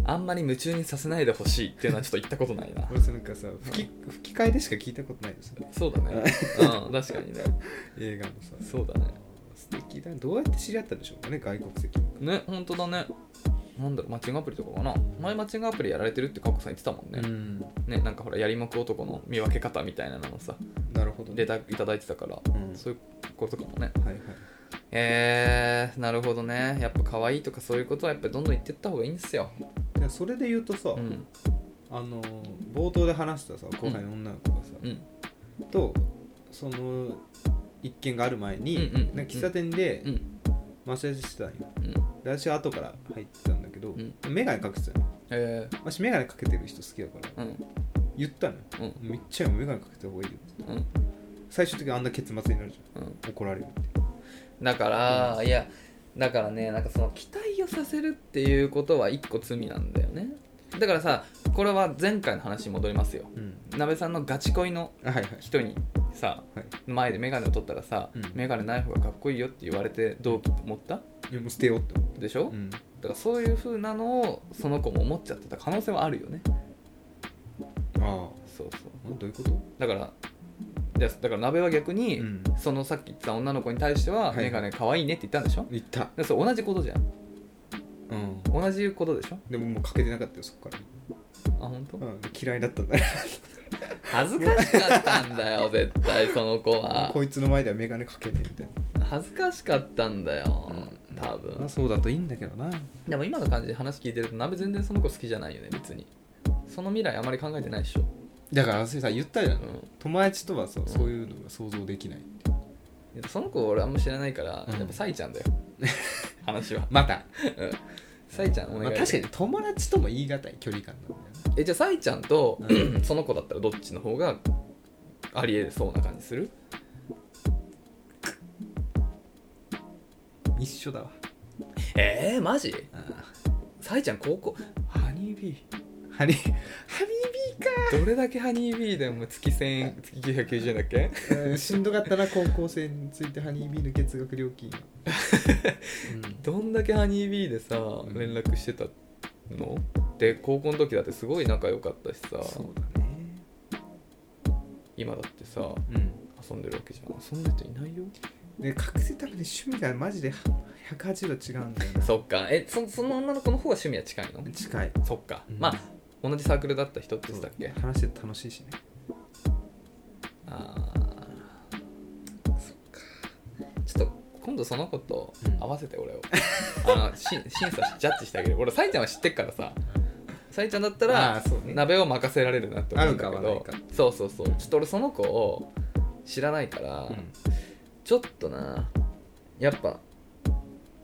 Speaker 2: あんまり夢中にさせないでほしいっていうのはちょっと言ったことない な
Speaker 1: 俺さなんかさ吹き吹き替えでしか聞いたことないです
Speaker 2: そうだねうん確かにね
Speaker 1: 映画のさ
Speaker 2: そうだね
Speaker 1: 素敵だどうやって知り合ったんでしょうかね外国籍の
Speaker 2: ね本当だねなんだろうマッチングアプリとかかな前マッチングアプリやられてるってカッコさん言ってたもんね、
Speaker 1: ん
Speaker 2: ねなんかほらやりまく男の見分け方みたいなのをさ
Speaker 1: なるほど
Speaker 2: データいただいてたから、
Speaker 1: うん
Speaker 2: そういうことかもね
Speaker 1: はいはい
Speaker 2: えー、なるほどねやっぱ可愛いとかそういうことはやっぱどんどん言ってった方がいいんですよ、
Speaker 1: いやそれで言うとさ、
Speaker 2: うん
Speaker 1: あの冒頭で話したさ後輩の女の子がさ、
Speaker 2: うん、
Speaker 1: とその一件がある前に、
Speaker 2: うんうんうん
Speaker 1: なんか喫茶店で
Speaker 2: うん
Speaker 1: マッサージしてたんよ
Speaker 2: うん
Speaker 1: で私は後から入ってたんだけど、
Speaker 2: うん
Speaker 1: メガネかけてたの
Speaker 2: え
Speaker 1: 私メガネかけてる人好きだから
Speaker 2: ー、うん
Speaker 1: 言ったのよ
Speaker 2: うん
Speaker 1: めっちゃメガネかけた方がいいよって
Speaker 2: うん
Speaker 1: 最終的にあんな結末になるじ
Speaker 2: うん
Speaker 1: ゃん怒られるって
Speaker 2: だからいやだからねなんかその期待をさせるっていうことは一個罪なんだよねだからさこれは前回の話に戻りますよ
Speaker 1: うん
Speaker 2: なべさんのガチ恋の
Speaker 1: あはいはい
Speaker 2: 人にさ
Speaker 1: はい
Speaker 2: 前で眼鏡を取ったらさ、
Speaker 1: うん
Speaker 2: メガ眼鏡ない方がかっこいいよって言われてどう思った
Speaker 1: いやもう捨てようって思って
Speaker 2: でしょ、
Speaker 1: う
Speaker 2: だ
Speaker 1: ん
Speaker 2: からそういう風なのをその子も思っちゃってた可能性はあるよね
Speaker 1: あ
Speaker 2: そうそう
Speaker 1: あどういうこと
Speaker 2: だからでだから鍋は逆に、
Speaker 1: うん
Speaker 2: そのさっき言ってた女の子に対しては
Speaker 1: はい
Speaker 2: 眼鏡可愛いねって言ったんでしょ、
Speaker 1: 言った
Speaker 2: でそれ同じことじゃん
Speaker 1: うん
Speaker 2: 同じことでしょ
Speaker 1: でももうかけてなかったよそこから、
Speaker 2: あ本当
Speaker 1: うん、嫌いだったんだ
Speaker 2: 恥ずかしかったんだ よ絶対その子は
Speaker 1: こいつの前ではメガネかけねえみたい
Speaker 2: 恥ずかしかったんだよ
Speaker 1: うん
Speaker 2: 多
Speaker 1: な、
Speaker 2: 分
Speaker 1: そうだといいんだけどな
Speaker 2: でも今の感じで話聞いてると鍋全然その子好きじゃないよね別にその未来あまり考えてないでしょ
Speaker 1: だから私さ言ったじゃん、
Speaker 2: うん
Speaker 1: 友達とはさそういうのが想像できないって
Speaker 2: いやその子俺あんま知らないから、
Speaker 1: うん
Speaker 2: やっぱサイちゃ んだよ話は
Speaker 1: また、
Speaker 2: うんサイちゃんお
Speaker 1: ま
Speaker 2: 願
Speaker 1: あ、
Speaker 2: い、
Speaker 1: 確かに友達とも言い難い距離感なんだよね
Speaker 2: えじゃあサイちゃんと、
Speaker 1: う
Speaker 2: その子だったらどっちの方がありえそうな感じする
Speaker 1: 一緒だわ
Speaker 2: えー、マジ
Speaker 1: あ
Speaker 2: サイちゃん高校ハニービ
Speaker 1: ーハニーハニ
Speaker 2: ーどれだけハニービーでも月1000円月990円だっけ
Speaker 1: ービー、うん、しんどかったな高校生についてハニービーの月額料金は、
Speaker 2: どんだけハニービーでさ
Speaker 1: ん
Speaker 2: 連絡してたので高校の時だってすごい仲良かったしさ
Speaker 1: うん、そうだね
Speaker 2: 今だってさ
Speaker 1: うん
Speaker 2: 遊んでるわけじゃん遊んでる人いないよ
Speaker 1: で隠せた分ね趣味がマジで180度違うんだよな
Speaker 2: そっかえそその女の子の方が趣味は近いの
Speaker 1: 近い
Speaker 2: そっか、
Speaker 1: うん
Speaker 2: まあ同じサークルだった人って言ってたっけ
Speaker 1: 話してて楽しいしね
Speaker 2: あーちょっと今度その子と合わせて俺を、あのし審査しジャッジしてあげる俺サイちゃんは知ってっからさサイちゃんだった
Speaker 1: あ
Speaker 2: ら
Speaker 1: ーそうね
Speaker 2: 鍋を任せられるなって思うんだけ
Speaker 1: 合うか合わな
Speaker 2: ど
Speaker 1: いか
Speaker 2: そうそうそうちょっと俺その子を知らないから、ちょっとなやっぱ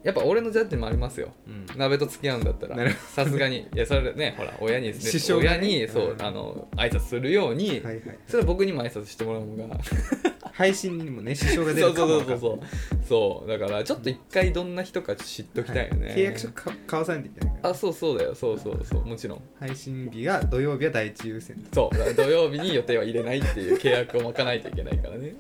Speaker 2: やっぱ俺のジャッジもありますよ
Speaker 1: うん
Speaker 2: 鍋と付き合うんだったら
Speaker 1: なる
Speaker 2: さすがにいやそれねほら親に、ね
Speaker 1: 師匠が
Speaker 2: 親
Speaker 1: ね
Speaker 2: にそう、
Speaker 1: うん
Speaker 2: あの挨拶するように、
Speaker 1: はいはい
Speaker 2: それは僕にも挨拶してもらうのが
Speaker 1: 配信にもね支障が出
Speaker 2: そ
Speaker 1: る
Speaker 2: うそ
Speaker 1: か
Speaker 2: う
Speaker 1: も
Speaker 2: そうそうそうそうだからちょっと一回どんな人か知っときたいよね、
Speaker 1: はい契約書か交わさないといけないから
Speaker 2: あそうそうだよそうそうそうもちろん
Speaker 1: 配信日が土曜日は第一優先
Speaker 2: そうだから土曜日に予定は入れないっていう契約を巻かないといけないからね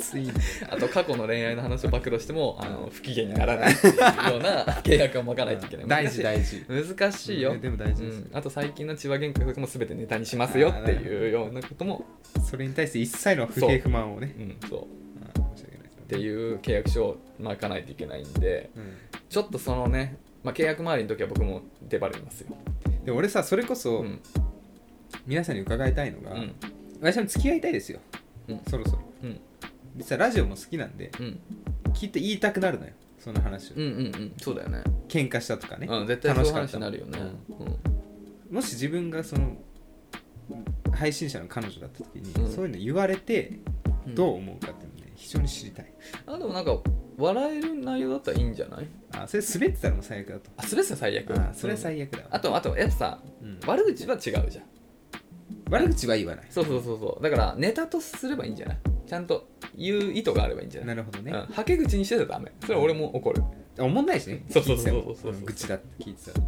Speaker 1: つい
Speaker 2: あと過去の恋愛の話を暴露してもあの不機嫌にならないっていうよ うな契約を巻かないといけない
Speaker 1: 大事大事
Speaker 2: 難しいよ、
Speaker 1: うんでも大事
Speaker 2: う
Speaker 1: です
Speaker 2: んあと最近の千葉喧嘩とかも全てネタにしますよっていうようなことも、
Speaker 1: それに対して一切の不平不満をね
Speaker 2: うん、そう
Speaker 1: うん申し訳ない
Speaker 2: っていう契約書を巻かないといけないんで
Speaker 1: う
Speaker 2: ちょっとそのね、まあ、契約周りの時は僕も出張りますよ、
Speaker 1: んで俺さそれこ
Speaker 2: う
Speaker 1: そ
Speaker 2: ん
Speaker 1: 皆さんに伺いたいの
Speaker 2: う
Speaker 1: が
Speaker 2: ん
Speaker 1: 私も付き合いたいですよ
Speaker 2: うん
Speaker 1: そろそろ
Speaker 2: うん
Speaker 1: 実はラジオも好きなんで
Speaker 2: うん
Speaker 1: 聞いて言いたくなるのよその話を
Speaker 2: うんうんうんそうだよね
Speaker 1: 喧嘩したとかね
Speaker 2: うん、絶対そうい
Speaker 1: 楽し
Speaker 2: う話
Speaker 1: かった
Speaker 2: になるよね、うん
Speaker 1: もし自分がその配信者の彼女だった時に、
Speaker 2: うん
Speaker 1: そういうの言われて
Speaker 2: ん
Speaker 1: どう思うかっていうのね非常に知りたい
Speaker 2: あでもなんか笑える内容だったらいいんじゃない
Speaker 1: あそれ滑ってたらもう最悪だと
Speaker 2: あそれさ最悪
Speaker 1: あそれ最悪だわ
Speaker 2: うんあとあとやっぱさ
Speaker 1: うん
Speaker 2: 悪口は違うじゃん
Speaker 1: 悪口は言わない
Speaker 2: そうそうそうそうだからネタとすればいいんじゃないちゃんと言う意図があればいいんじゃない
Speaker 1: なるほどね、
Speaker 2: うん、はけ口にしてたらダメそれは俺も怒る
Speaker 1: おもんないしね
Speaker 2: そうそうそう
Speaker 1: 聞いてたら
Speaker 2: そうそうそう
Speaker 1: うん愚痴だって聞いてたら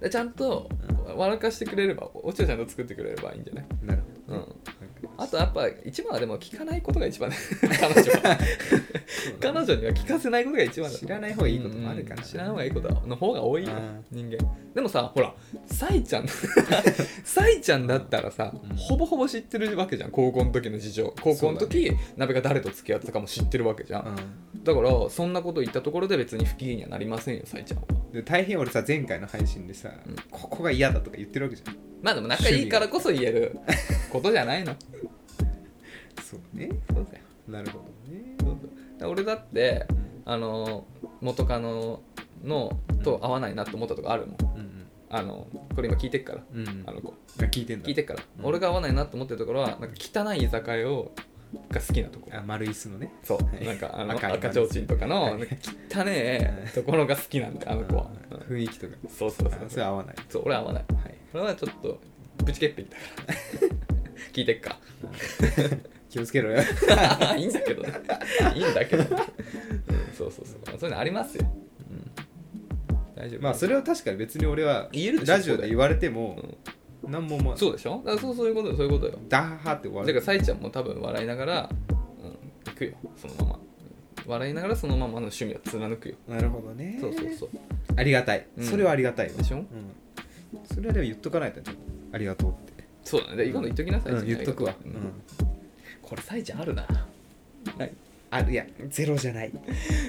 Speaker 2: でちゃんと笑かしてくれればオチをちゃんと作ってくれればいいんじゃない
Speaker 1: なるほ
Speaker 2: う
Speaker 1: ど、
Speaker 2: ん
Speaker 1: ねわかり
Speaker 2: あとやっぱ一番はでも聞かないことが一番だ彼女は彼女には聞かせないことが一番だ
Speaker 1: 知らない方がいいこともあるからね
Speaker 2: うん知らない方がいいことの方が多いよ
Speaker 1: うん
Speaker 2: 人間でもさほらサイ ちゃんサイちゃんだったらさ、
Speaker 1: うん
Speaker 2: ほぼほぼ知ってるわけじゃん高校の時の事情高校の時、鍋が誰と付き合ってたかも知ってるわけじゃん、だからそんなこと言ったところで別に不機嫌にはなりませんよサイちゃんは
Speaker 1: で大変俺さ前回の配信でさ、
Speaker 2: うん
Speaker 1: ここが嫌だとか言ってるわけじゃん
Speaker 2: まあでも仲いいからこそ言えることじゃないの
Speaker 1: そうね
Speaker 2: そうだよ
Speaker 1: なるほどね
Speaker 2: そうそうだから俺だってあの元カノのと合わないなと思ったとこあるもん
Speaker 1: うん
Speaker 2: あのこれ今聞いてっから
Speaker 1: うんうん
Speaker 2: あの子
Speaker 1: あ聞いてんだ
Speaker 2: 聞いてっから、
Speaker 1: うん
Speaker 2: 俺が合わないなと思ってるところはなんか汚い居酒屋をが好きなとこ
Speaker 1: あ丸い椅子のね
Speaker 2: そう、
Speaker 1: はい
Speaker 2: なんかあの
Speaker 1: 赤い
Speaker 2: 赤ちょうちんとかの、
Speaker 1: はい
Speaker 2: なんか汚えところが好きなんだあの子は、
Speaker 1: あ
Speaker 2: うん
Speaker 1: ー雰囲気とか
Speaker 2: そうそうそう
Speaker 1: あそれ合わない
Speaker 2: そう俺は合わない
Speaker 1: はい
Speaker 2: これはちょっとぶち蹴ってきたから 聞いてっか
Speaker 1: 気をつけろよ
Speaker 2: いいんだけどねいいんだけど、ねうん、そうそうそうそういうのありますよ、うん、大丈夫
Speaker 1: まあそれは確かに別に俺は
Speaker 2: 言えるでしょ
Speaker 1: ラジオで言われても何も思わない
Speaker 2: そうでしょだからそうそういうことよそういうことよ
Speaker 1: ダハハって終わ
Speaker 2: だ
Speaker 1: る
Speaker 2: からさいちゃんも多分笑いながら、うん、行くよそのまま笑いながらそのままの趣味を貫くよ
Speaker 1: なるほどね
Speaker 2: そうそうそう
Speaker 1: ありがたい、
Speaker 2: うん
Speaker 1: それはありがたいわ
Speaker 2: でしょ
Speaker 1: うん、それはでも言っとかないとねありがとうって、
Speaker 2: そうだねで今度言っときなさい、
Speaker 1: うん、言っとくわ、う
Speaker 2: うん
Speaker 1: ん、
Speaker 2: これさいちゃんあるなない
Speaker 1: あいやゼロじゃない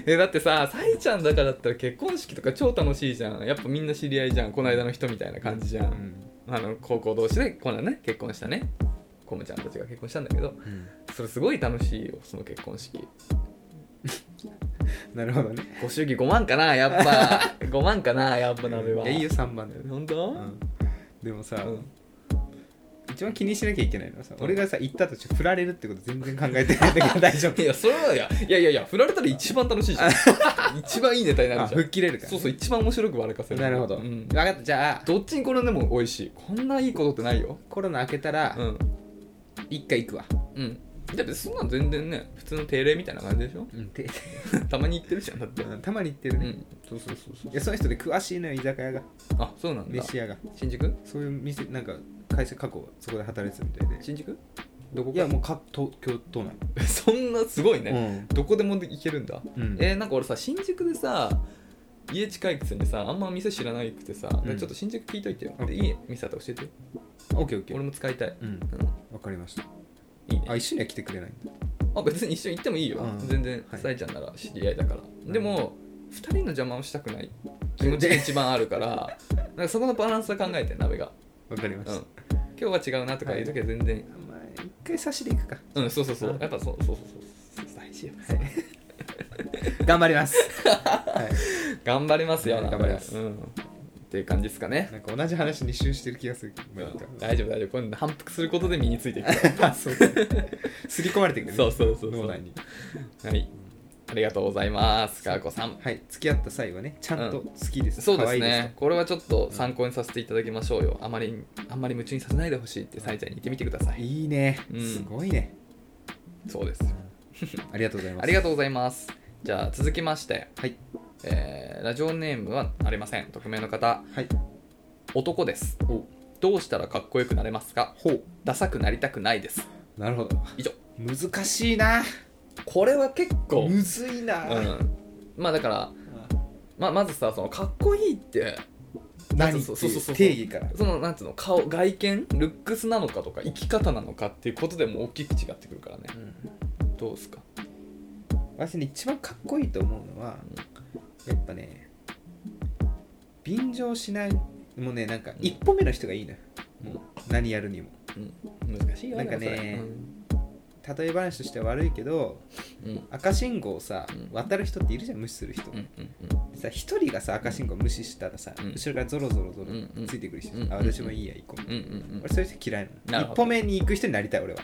Speaker 2: えだってささいちゃんだからだったら結婚式とか超楽しいじゃんやっぱみんな知り合いじゃんこの間の人みたいな感じじゃん、
Speaker 1: うん
Speaker 2: あの高校同士でこのね結婚したねコムちゃんたちが結婚したんだけど
Speaker 1: うん
Speaker 2: それすごい楽しいよその結婚式
Speaker 1: なるほどね
Speaker 2: ご祝儀5万かなやっぱ 5万かなやっぱ鍋はい
Speaker 1: やいいよ3番だよ、
Speaker 2: 本当、
Speaker 1: うん、でもさ、
Speaker 2: うん
Speaker 1: 一番気にしなきゃいけないのはさ、俺がさ行ったとして振られるってこと全然考えてないんだけど大丈夫
Speaker 2: いやそれはいやいやいやいや振られたら一番楽しい じゃん一番いいネタにな
Speaker 1: あ
Speaker 2: るじゃ
Speaker 1: 吹っ
Speaker 2: ん
Speaker 1: 切れるから
Speaker 2: そうそう一番面白く笑かせる
Speaker 1: なるほど、
Speaker 2: う
Speaker 1: 分
Speaker 2: ん、
Speaker 1: かったじゃあ
Speaker 2: どっちに転んでも美味しいこんないいことってないよ
Speaker 1: コロナ明けたら
Speaker 2: うん
Speaker 1: 一回行くわ、
Speaker 2: うんだってそんなん全然ね普通の定例みたいな感じ でしょ
Speaker 1: うんて
Speaker 2: たまに言ってるじゃんだって
Speaker 1: たまに行ってる
Speaker 2: う
Speaker 1: ね、
Speaker 2: んそうそうそうそう
Speaker 1: いやそういう人で詳しいのよ居酒屋が
Speaker 2: あそうなんだ
Speaker 1: 飯屋が
Speaker 2: 新宿
Speaker 1: そういう店なんか会社過去そこで働いてたみたいで
Speaker 2: 新宿どこ
Speaker 1: い
Speaker 2: か
Speaker 1: やもうか東京都内
Speaker 2: そんなすごいね、
Speaker 1: うん
Speaker 2: どこでも行けるんだ、
Speaker 1: うん
Speaker 2: えーなんか俺さ新宿でさ家近いくせにさあんま店知らないくてさ、
Speaker 1: うん
Speaker 2: ちょっと新宿聞いといてよ、
Speaker 1: うん
Speaker 2: でいい店あったら教えてよ
Speaker 1: オッケーオッケー
Speaker 2: 俺も使いたい、
Speaker 1: うん
Speaker 2: う
Speaker 1: わかりました
Speaker 2: ん、いいね
Speaker 1: あ一緒には来てくれないんだ
Speaker 2: あ別に一緒に行ってもいいよ、
Speaker 1: うん
Speaker 2: 全然
Speaker 1: はい
Speaker 2: さえちゃんなら知り合いだから、
Speaker 1: ん
Speaker 2: でも2人の邪魔をしたくない気持ちが一番あるからなんかそこのバランスは考えて鍋が、
Speaker 1: わかりま
Speaker 2: う
Speaker 1: し
Speaker 2: ん
Speaker 1: た、、
Speaker 2: 今日は違うなとか言う時は全然、
Speaker 1: あまあ一回差しで行くか
Speaker 2: うんそうそうそう
Speaker 1: うん
Speaker 2: やっぱそうそうそうそう大事よ、
Speaker 1: 頑張ります、はい、
Speaker 2: 頑張りますよ、
Speaker 1: 頑張ります
Speaker 2: うん、っていう感じですかね、
Speaker 1: なんか同じ話2周してる気がするけどなんか
Speaker 2: 大丈夫大丈夫こういうの反復することで身についていく か
Speaker 1: あそうだねすり込まれていく
Speaker 2: ら
Speaker 1: ね
Speaker 2: そうそうそうそう
Speaker 1: 脳内に
Speaker 2: はいありがとうございますかーこさん
Speaker 1: はい付き合った際はねちゃんと好きです、
Speaker 2: そうで
Speaker 1: 可
Speaker 2: す
Speaker 1: 愛い
Speaker 2: ね
Speaker 1: と
Speaker 2: これはちょっと参考にさせていただきましょうよあまりあんまり夢中にさせないでほしいってサイちゃんに言ってみてください
Speaker 1: いいね、
Speaker 2: うん
Speaker 1: すごい ね
Speaker 2: そうですよ
Speaker 1: ありがとうございます
Speaker 2: ありがとうございますじゃあ続きまして、
Speaker 1: はい
Speaker 2: えーラジオネームはありません匿名の方
Speaker 1: はい
Speaker 2: 男です
Speaker 1: お
Speaker 2: どうしたらかっこよくなれますか
Speaker 1: ほう
Speaker 2: ダサくなりたくないです
Speaker 1: なるほど
Speaker 2: 以上
Speaker 1: 難しいな
Speaker 2: これは結構
Speaker 1: むずいな、
Speaker 2: うん、まあだから、まあ、まずさそのかっこいいって
Speaker 1: 何って
Speaker 2: そうそうそう
Speaker 1: い
Speaker 2: そう
Speaker 1: う定義から
Speaker 2: そのなんつうの顔外見ルックスなのかとか生き方なのかっていうことでも大きく違ってくるからねどうですか
Speaker 1: 私ね一番かっこいいと思うのはやっぱね便乗しないもうねなんか
Speaker 2: ん
Speaker 1: 一歩目の人がいいのよ、もう何やるにも
Speaker 2: うん、難しいよ
Speaker 1: なんかね
Speaker 2: でも
Speaker 1: 例え話としては悪いけど
Speaker 2: それうんうん
Speaker 1: 赤信号をさ、
Speaker 2: うん
Speaker 1: 渡る人っているじゃん無視する人、
Speaker 2: うんうん
Speaker 1: さ一人がさ赤信号無視したらさ、
Speaker 2: うん
Speaker 1: 後ろからゾロゾロゾロ
Speaker 2: うんうん
Speaker 1: ついてくる人、
Speaker 2: うん
Speaker 1: あ私もいいや行こう、
Speaker 2: うんうん
Speaker 1: 俺そういう人嫌いな
Speaker 2: なる
Speaker 1: の
Speaker 2: ほど
Speaker 1: 一歩目に行く人になりたい俺は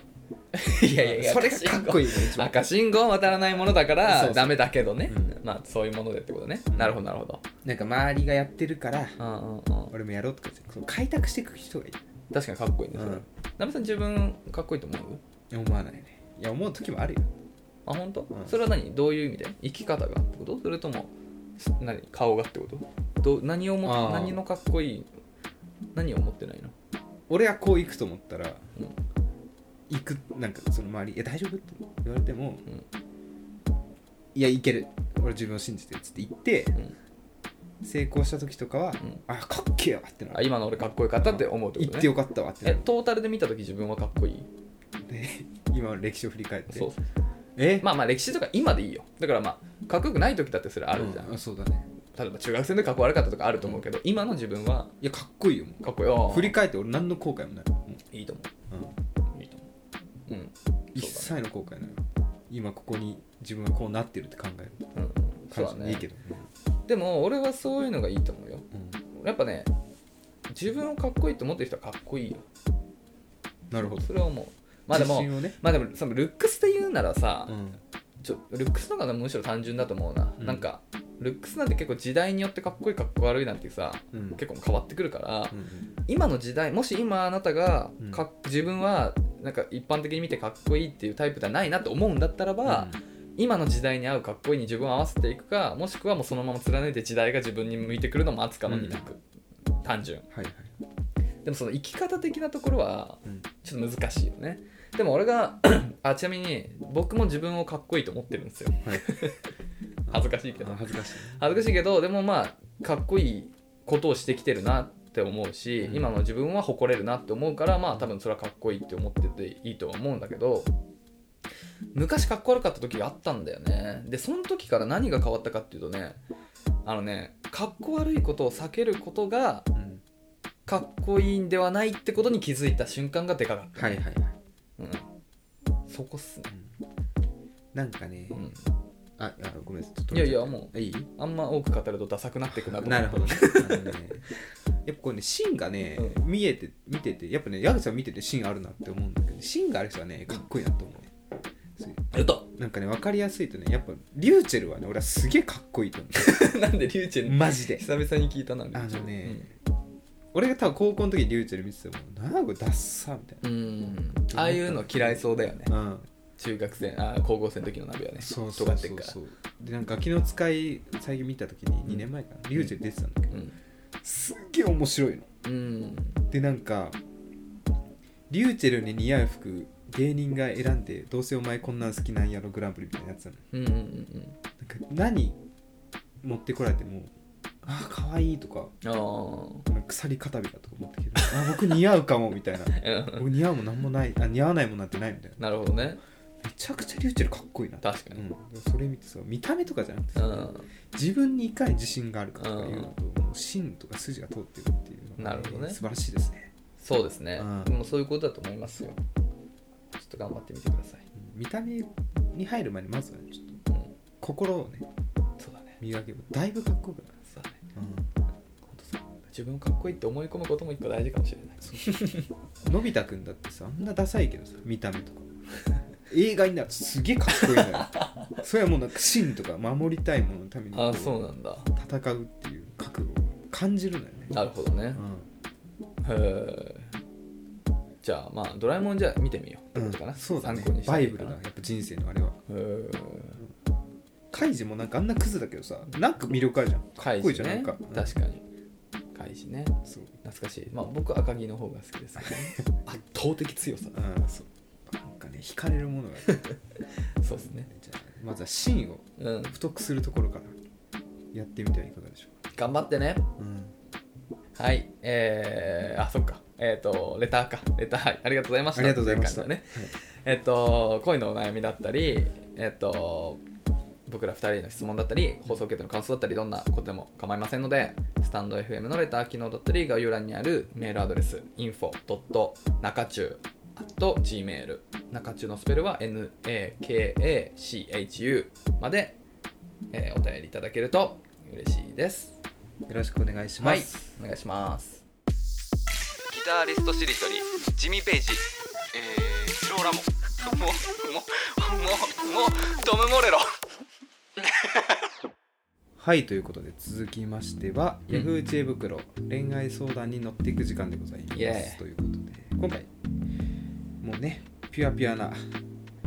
Speaker 2: うんいやいやいや
Speaker 1: それがかっこ
Speaker 2: いい
Speaker 1: いいの一番
Speaker 2: 赤信号は渡らないものだか
Speaker 1: そう
Speaker 2: ら
Speaker 1: そう
Speaker 2: ダメだけどね
Speaker 1: うん
Speaker 2: まあそういうものでってことね、
Speaker 1: うん
Speaker 2: なるほどなるほど
Speaker 1: なんか周りがやってるから
Speaker 2: うんうんうん
Speaker 1: 俺もやろうとかってそう開拓していく人がいい
Speaker 2: 確かにかっこいいねそれ、
Speaker 1: うん
Speaker 2: ナベさん自分かっこいいと思う
Speaker 1: いや思わないねいや思う時もあるよ
Speaker 2: あ本当、
Speaker 1: うん
Speaker 2: それは何どういう意味で生き方がってことそれともす何顔がってことどう何をも
Speaker 1: あー
Speaker 2: 何のかっこいい何を持ってないの
Speaker 1: 俺はこう行くと思ったら、
Speaker 2: うん
Speaker 1: 行くなんかその周り「え大丈夫?」って言われても「
Speaker 2: うん
Speaker 1: いやいける俺自分を信じてる」っつって行って、
Speaker 2: ん
Speaker 1: 成功した時とかは「
Speaker 2: ん
Speaker 1: あかっけえわ」ってな
Speaker 2: あ今の俺かっこよかったって思うってこ
Speaker 1: 行
Speaker 2: と
Speaker 1: って
Speaker 2: ね
Speaker 1: よかったわってな
Speaker 2: え
Speaker 1: る
Speaker 2: トータルで見た時自分はかっこいい
Speaker 1: で今の歴史を振り返って
Speaker 2: そう
Speaker 1: え
Speaker 2: まあまあ歴史とか今でいいよだからまあかっこよくない時だってそれあるじゃん、
Speaker 1: うそうだね
Speaker 2: 例えば中学生の時かっこ悪かったとかあると思うけど、今の自分はい
Speaker 1: やかっこいいよも
Speaker 2: かっこよ
Speaker 1: う振り返って俺何の後悔もないも
Speaker 2: いいと思
Speaker 1: う、うん
Speaker 2: ういいと思ううん
Speaker 1: 一切の後悔ない今ここに自分がこうなってるって考える
Speaker 2: うんうんそう
Speaker 1: 感
Speaker 2: だ
Speaker 1: じ
Speaker 2: ね
Speaker 1: いいけど、
Speaker 2: でも俺はそういうのがいいと思うよ
Speaker 1: うん
Speaker 2: やっぱね自分をかっこいいと思ってる人はかっこいいよ
Speaker 1: なるほど
Speaker 2: それは思うまあでも
Speaker 1: 自信をね、
Speaker 2: まあでもそのルックスで言うならさ、
Speaker 1: うん
Speaker 2: ちょルックスの方がむしろ単純だと思うな、
Speaker 1: うん
Speaker 2: なんかルックスなんて結構時代によってかっこいいかっこ悪いなんてさ
Speaker 1: うん
Speaker 2: 結構変わってくるから、
Speaker 1: うんうん
Speaker 2: 今の時代もし今あなたが
Speaker 1: うん
Speaker 2: かっ自分はなんか一般的に見てかっこいいっていうタイプではないなって思うんだったらば、今の時代に合うかっこいいに自分を合わせていくかもしくはもうそのまま貫いて時代が自分に向いてくるのもつかの二択、単純
Speaker 1: はいはい、
Speaker 2: でもその生き方的なところは
Speaker 1: うん
Speaker 2: ちょっと難しいよねでも俺が あちなみに僕も自分をかっこいいと思ってるんですよ
Speaker 1: はい、
Speaker 2: 恥ずかしいけど
Speaker 1: あ恥ずかしいね
Speaker 2: 恥ずかしいけどでもまあかっこいいことをしてきてるなって思うし、
Speaker 1: うん
Speaker 2: 今の自分は誇れるなって思うからまあ多分それはかっこいいって思ってていいとは思うんだけど昔かっこ悪かった時があったんだよねでその時から何が変わったかっていうとねあのねかっこ悪いことを避けることが
Speaker 1: うん
Speaker 2: かっこいいんではないってことに気づいた瞬間がでかかった、
Speaker 1: はいはいはい、
Speaker 2: うん、そこっすね、
Speaker 1: うんなんかね、
Speaker 2: うん、
Speaker 1: ああごめんなさいちょっと
Speaker 2: いやいやも
Speaker 1: ういい
Speaker 2: あんま多く語るとダサくなってくなと思う
Speaker 1: なるほどねあのねやっぱこれね芯がね、
Speaker 2: う
Speaker 1: 見えて見ててやっぱね矢口さん見てて芯あるなって思うんだけど芯がある人はねかっこいいなと思うねそういう
Speaker 2: やった
Speaker 1: なんかね分かりやすいとねやっぱリューチェルはね俺はすげえかっこいいと思
Speaker 2: なんでリュウチェ
Speaker 1: う
Speaker 2: ン
Speaker 1: マジで
Speaker 2: 久々に聞いたな
Speaker 1: あのね、俺が多分高校の時にリューチェル見てても「なんかこれダッサ」みたい
Speaker 2: うん、ああいうの嫌いそうだよね
Speaker 1: な。うん、
Speaker 2: 中学生あ高校生の時の鍋はね
Speaker 1: そうそう
Speaker 2: 尖って
Speaker 1: そ
Speaker 2: っ
Speaker 1: う
Speaker 2: から
Speaker 1: そうでなんか「ガキの使い」最近見た時に2年前かな、リューチェル出てたんだけど、
Speaker 2: うん、
Speaker 1: すっげえ面白いの
Speaker 2: うん、
Speaker 1: でなんかリューチェルに似合う服芸人が選んで「どうせお前こんなん好きなんやろグランプリ」みたいなやつなの
Speaker 2: うんうんうん
Speaker 1: なんか何持ってこられても「ああかわいい」とか
Speaker 2: うん
Speaker 1: 「
Speaker 2: あ
Speaker 1: なんか鎖片びだ」とか思ったけど「あー僕似合うかも」みた いな
Speaker 2: あう
Speaker 1: 僕似合うもんなんもないあ似合わないもんなんてないみたいなん
Speaker 2: なるほどね
Speaker 1: めちゃくちゃリューチェルかっこいいな
Speaker 2: 確かに
Speaker 1: うん、それ見てさ見た目とかじゃなくて
Speaker 2: う
Speaker 1: さ、
Speaker 2: ん
Speaker 1: 自分にいかに自信があるかとかいうのと、もう芯とか筋が通ってるっていうのが
Speaker 2: なるほどね
Speaker 1: 素晴らしいですね
Speaker 2: そうですね、
Speaker 1: うん
Speaker 2: でもそういうことだと思いますよちょっと頑張ってみてください、
Speaker 1: うん見た目に入る前にまずはねちょっと
Speaker 2: うん、
Speaker 1: 心をね
Speaker 2: そうだね
Speaker 1: 磨けばだいぶかっこよくなる、
Speaker 2: そうだね
Speaker 1: う
Speaker 2: 本当そう自分をかっこいいって思い込むことも一個大事かもしれない
Speaker 1: ん、のび太くんだってさあんなダサいけどさ見た目とか映画になるとすげえかっこいいの よそれはもうなんか芯とか守りたいもののために
Speaker 2: ああそうなんだ
Speaker 1: 戦うっていう覚悟を感じるのよね
Speaker 2: なるほどねへえじゃあまあドラえもんじゃあ見てみよう
Speaker 1: う
Speaker 2: っ
Speaker 1: ん
Speaker 2: てことかな、
Speaker 1: そうだね
Speaker 2: 参考にして
Speaker 1: バ
Speaker 2: もい
Speaker 1: イ
Speaker 2: い
Speaker 1: ブ
Speaker 2: か
Speaker 1: ル
Speaker 2: な
Speaker 1: だやっぱ人生のあれは
Speaker 2: へ
Speaker 1: カイジもなんかあんなクズだけどさなんか魅力あるじゃん
Speaker 2: ーカ
Speaker 1: っ
Speaker 2: イ
Speaker 1: こいい
Speaker 2: ジ
Speaker 1: じゃん
Speaker 2: ね
Speaker 1: なんかうん
Speaker 2: 確かにカイジね
Speaker 1: そう、う
Speaker 2: 懐かしいまあ僕は赤城の方が好きですけどね 圧倒的強さ
Speaker 1: ん、そうなんかね惹かれるものがある
Speaker 2: そうですね
Speaker 1: じゃあまずは芯を
Speaker 2: うん
Speaker 1: 太くするところからやってみてはいかがでしょう
Speaker 2: 頑張ってね
Speaker 1: か、うん
Speaker 2: はいえー、あそっかえっ、とレターかレターはいありがとうございました
Speaker 1: ありがとうございました
Speaker 2: 前回のねえっ、と恋のお悩みだったりえっ、と僕ら2人への質問だったり放送系での感想だったりどんなことでも構いませんのでスタンド FM のレター機能だったり概要欄にあるメールアドレス info.nakachu gmail 中中のスペルは nakachu まで、えーお便りいただけると嬉しいです
Speaker 1: よろしくお願いしま
Speaker 2: はい
Speaker 1: す、、
Speaker 2: お願いします。ギタリストしりとり、ジミー・ペイジ、えー、ローラモ、もう、もう、もう、もう、トム・モレロ。
Speaker 1: はい、ということで続きましては、
Speaker 2: うん
Speaker 1: Yahoo! 知恵袋恋愛相談に乗っていく時間でございます
Speaker 2: イエーイ
Speaker 1: ということで今回もうねピュアピュアな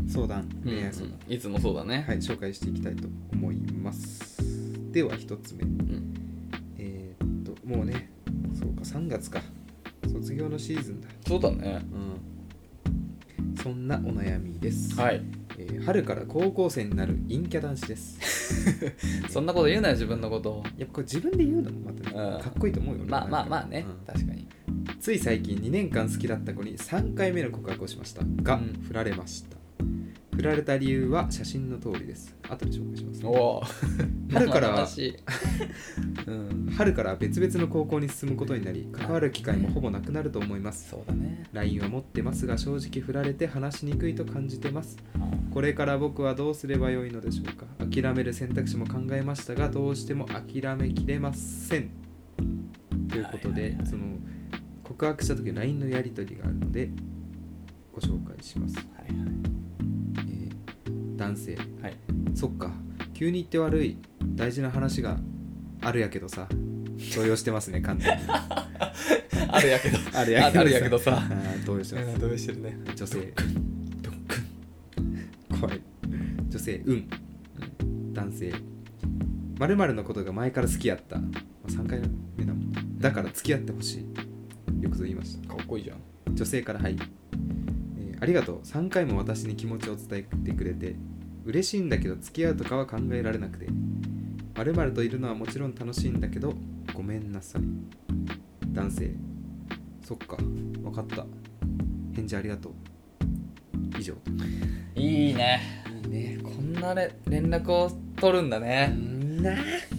Speaker 1: 相談恋愛相談、
Speaker 2: いつもそうだね。
Speaker 1: はい紹介していきたいと思いますでは1つ目
Speaker 2: うん
Speaker 1: えーっともうねそうか3月か卒業のシーズンだ
Speaker 2: そうだね。
Speaker 1: うんそそんなお悩みです、
Speaker 2: はい
Speaker 1: えー春から高校生になる陰キャ男子です
Speaker 2: そんなこと言うなよ自分のことを
Speaker 1: やっぱこれ自分で言うのもまた、
Speaker 2: うん
Speaker 1: ね、かっこいいと思うよ俺
Speaker 2: まあまあまあね、
Speaker 1: うん
Speaker 2: 確かに
Speaker 1: つい最近2年間好きだった子に3回目の告白をしましたが、
Speaker 2: うん
Speaker 1: 振られました振られた理由は写真の通りです後で紹介します
Speaker 2: おお
Speaker 1: 春から
Speaker 2: 生々しいうん
Speaker 1: 春から別々の高校に進むことになり関わる機会もほぼなくなると思います
Speaker 2: そうだね
Speaker 1: LINE は持ってますが正直振られて話しにくいと感じてますこれから僕はどうすればよいのでしょうか諦める選択肢も考えましたがどうしても諦めきれませんということで、
Speaker 2: はいはいはい
Speaker 1: その告白した時の LINE のやり取りがあるのでご紹介します、
Speaker 2: はい
Speaker 1: えー男性
Speaker 2: はいはい
Speaker 1: そっか急に言って悪い大事な話があるやけどさ動揺してますね完全に
Speaker 2: あるやけど
Speaker 1: ある
Speaker 2: あるやけどさ
Speaker 1: あー動揺してます
Speaker 2: どうしてるね
Speaker 1: 女性怖い女性うん男性まるのことが前から好きやった、まあ、3回目だもんだから付き合ってほしいよくぞ言いました
Speaker 2: かっこいいじゃん
Speaker 1: 女性からはい、えーありがとう3回も私に気持ちを伝えてくれて嬉しいんだけど付き合うとかは考えられなくてまるといるのはもちろん楽しいんだけどごめんなさい男性そっか分かった返事ありがとう以上
Speaker 2: いいね
Speaker 1: いいね
Speaker 2: こんなれ連絡を取るんだね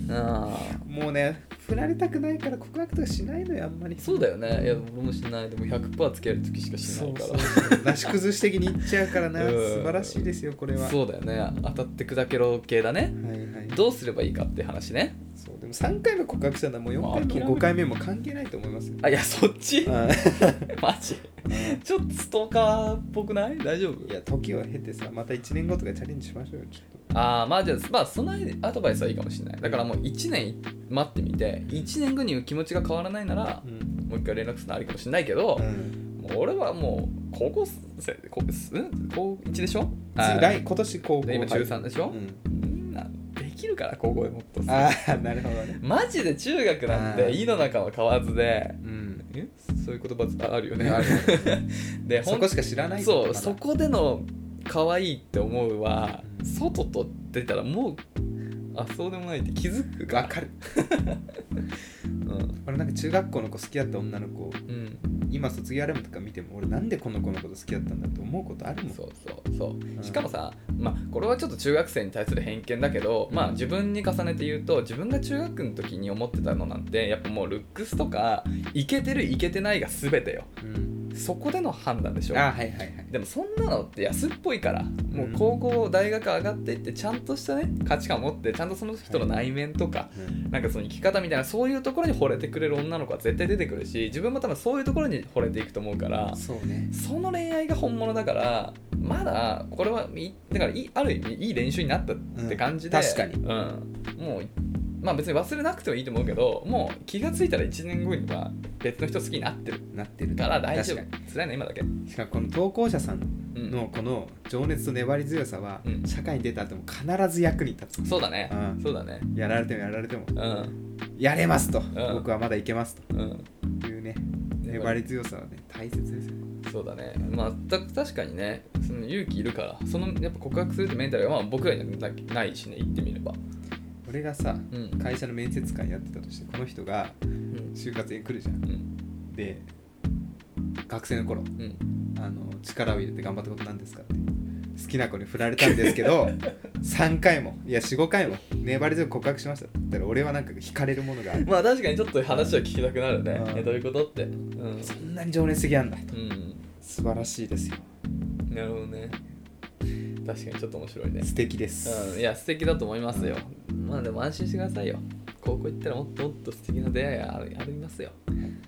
Speaker 1: な
Speaker 2: うん
Speaker 1: もうね振られたくないから告白とかしないのよあんまり
Speaker 2: そうだよねいや俺もしないでも100%つける時しかしないから
Speaker 1: そうそうそうなし崩し的にいっちゃうからな
Speaker 2: うん
Speaker 1: 素晴らしいですよこれは
Speaker 2: そうだよね当たって砕けろ系だね
Speaker 1: はいはい
Speaker 2: どうすればいいかって話ね
Speaker 1: そうでも3回目告白したらもう4回
Speaker 2: ま
Speaker 1: 目
Speaker 2: あ
Speaker 1: も5回目も関係ないと思いますよ。
Speaker 2: あいやそっち
Speaker 1: い
Speaker 2: マジちょっとストーカーっぽくない大丈夫
Speaker 1: や時を経てさまた1年後とかチャレンジしましょうよちょっ
Speaker 2: ああまあじゃあまあそのアドバイスはいいかもしれないだからもう1年待ってみて1年後に気持ちが変わらないなら
Speaker 1: と。うん
Speaker 2: もう一回連絡するのありかもしれないけど、もう俺はもう高校生高うん高1でしょ
Speaker 1: 次
Speaker 2: あ
Speaker 1: 来今年高校
Speaker 2: で今13でしょ
Speaker 1: うん
Speaker 2: ーみんなできるから高校でもっと
Speaker 1: ああなるほどね。
Speaker 2: マジで中学なん
Speaker 1: あ
Speaker 2: て
Speaker 1: ー
Speaker 2: 井の中は買わずで
Speaker 1: うん、
Speaker 2: えそういう言葉ああるよね
Speaker 1: ある
Speaker 2: で
Speaker 1: そこしか知らないこと
Speaker 2: そう
Speaker 1: かな
Speaker 2: そこでの可愛いって思うは
Speaker 1: うん
Speaker 2: 外と出たらもうあそうでもないって気づく
Speaker 1: わかる。
Speaker 2: うん
Speaker 1: 俺なんか中学校の子好きだった女の子
Speaker 2: うん
Speaker 1: 今卒業アルバムとか見ても俺なんでこの子のこと好きだったんだって思うことあるもん。
Speaker 2: そうそうそう、
Speaker 1: ん
Speaker 2: しかもさ、まあ、これはちょっと中学生に対する偏見だけど、まあ、自分に重ねて言うと自分が中学の時に思ってたのなんてやっぱもうルックスとかイケてるイケてないが全てよ
Speaker 1: うん、
Speaker 2: そこでの判断でしょ
Speaker 1: ああはいはいはい。
Speaker 2: でもそんなのって安っぽいからもう高校大学上がっていってちゃんとしたね価値観を持ってちゃんとその人の内面とか、
Speaker 1: うん
Speaker 2: なんかその生き方みたいなそういうところに惚れてくれる女の子は絶対出てくるし自分も多分そういうところに惚れていくと思うから
Speaker 1: そうね。
Speaker 2: その恋愛が本物だからまだこれはいだからいいある意味いい練習になったって感じで、
Speaker 1: うん確かに
Speaker 2: うん、もうまあ別に忘れなくてもいいと思うけどもう気がついたら1年後には別の人好きになってる
Speaker 1: なってる
Speaker 2: から大丈
Speaker 1: 確か
Speaker 2: 夫辛いの今だけ、うん、
Speaker 1: にしかもこの投稿者さんのこの情熱と粘り強さは
Speaker 2: うん
Speaker 1: 社会に出た後も必ず役に立つ、
Speaker 2: そうだね
Speaker 1: うん
Speaker 2: そうだね
Speaker 1: やられてもやられても
Speaker 2: うん
Speaker 1: やれますと、僕はまだいけます
Speaker 2: うん
Speaker 1: というね粘り強さはね大切ですよ
Speaker 2: そうだねまあた確かにねその勇気いるからそのやっぱ告白するってメンタルが、まあ、僕らにはなないしね言ってみれば
Speaker 1: 俺がさ
Speaker 2: うん
Speaker 1: 会社の面接官やってたとしてこの人が
Speaker 2: うん
Speaker 1: 就活に来るじゃん
Speaker 2: うん
Speaker 1: で学生の頃
Speaker 2: うん
Speaker 1: あの力を入れて頑張ったことなんですかって好きな子に振られたんですけど 3回もいや45回も粘り強く告白しましただから俺はなんか惹かれるものがある
Speaker 2: まあ確かにちょっと話を聞きたくなるね
Speaker 1: うん
Speaker 2: えどういうことってうん
Speaker 1: そんなに情熱的なんだ
Speaker 2: うん
Speaker 1: 素晴らしいですよ
Speaker 2: なるほどね確かにちょっと面白いね
Speaker 1: 素敵です、
Speaker 2: うんいや素敵だと思いますよまあでも安心してくださいよ高校行ったらもっともっと素敵な出会いがあるありますようん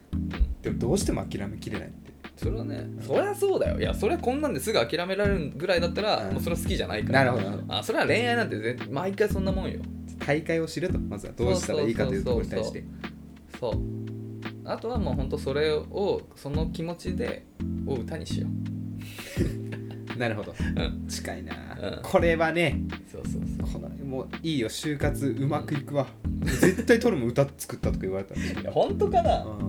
Speaker 1: でもどうしても諦めきれないって
Speaker 2: それはねそりゃそうだよいやそれはこんなんですぐ諦められるぐらいだったら、
Speaker 1: うん
Speaker 2: もうそれは好きじゃないから
Speaker 1: なるほどなるほ
Speaker 2: あそれは恋愛なんてぜ毎回そんなもんよ
Speaker 1: 大会を知れとまずはどうしたらいいかというところに対して
Speaker 2: そうあとはもうほんとそれをその気持ちでを歌にしよう
Speaker 1: なるほど
Speaker 2: うん
Speaker 1: 近いな、
Speaker 2: うん
Speaker 1: これはね
Speaker 2: そうそうそ
Speaker 1: このもういいよ就活うまくいくわ絶対トルも歌作ったとか言われたんだけ
Speaker 2: うい
Speaker 1: ど
Speaker 2: や本当かな、
Speaker 1: うん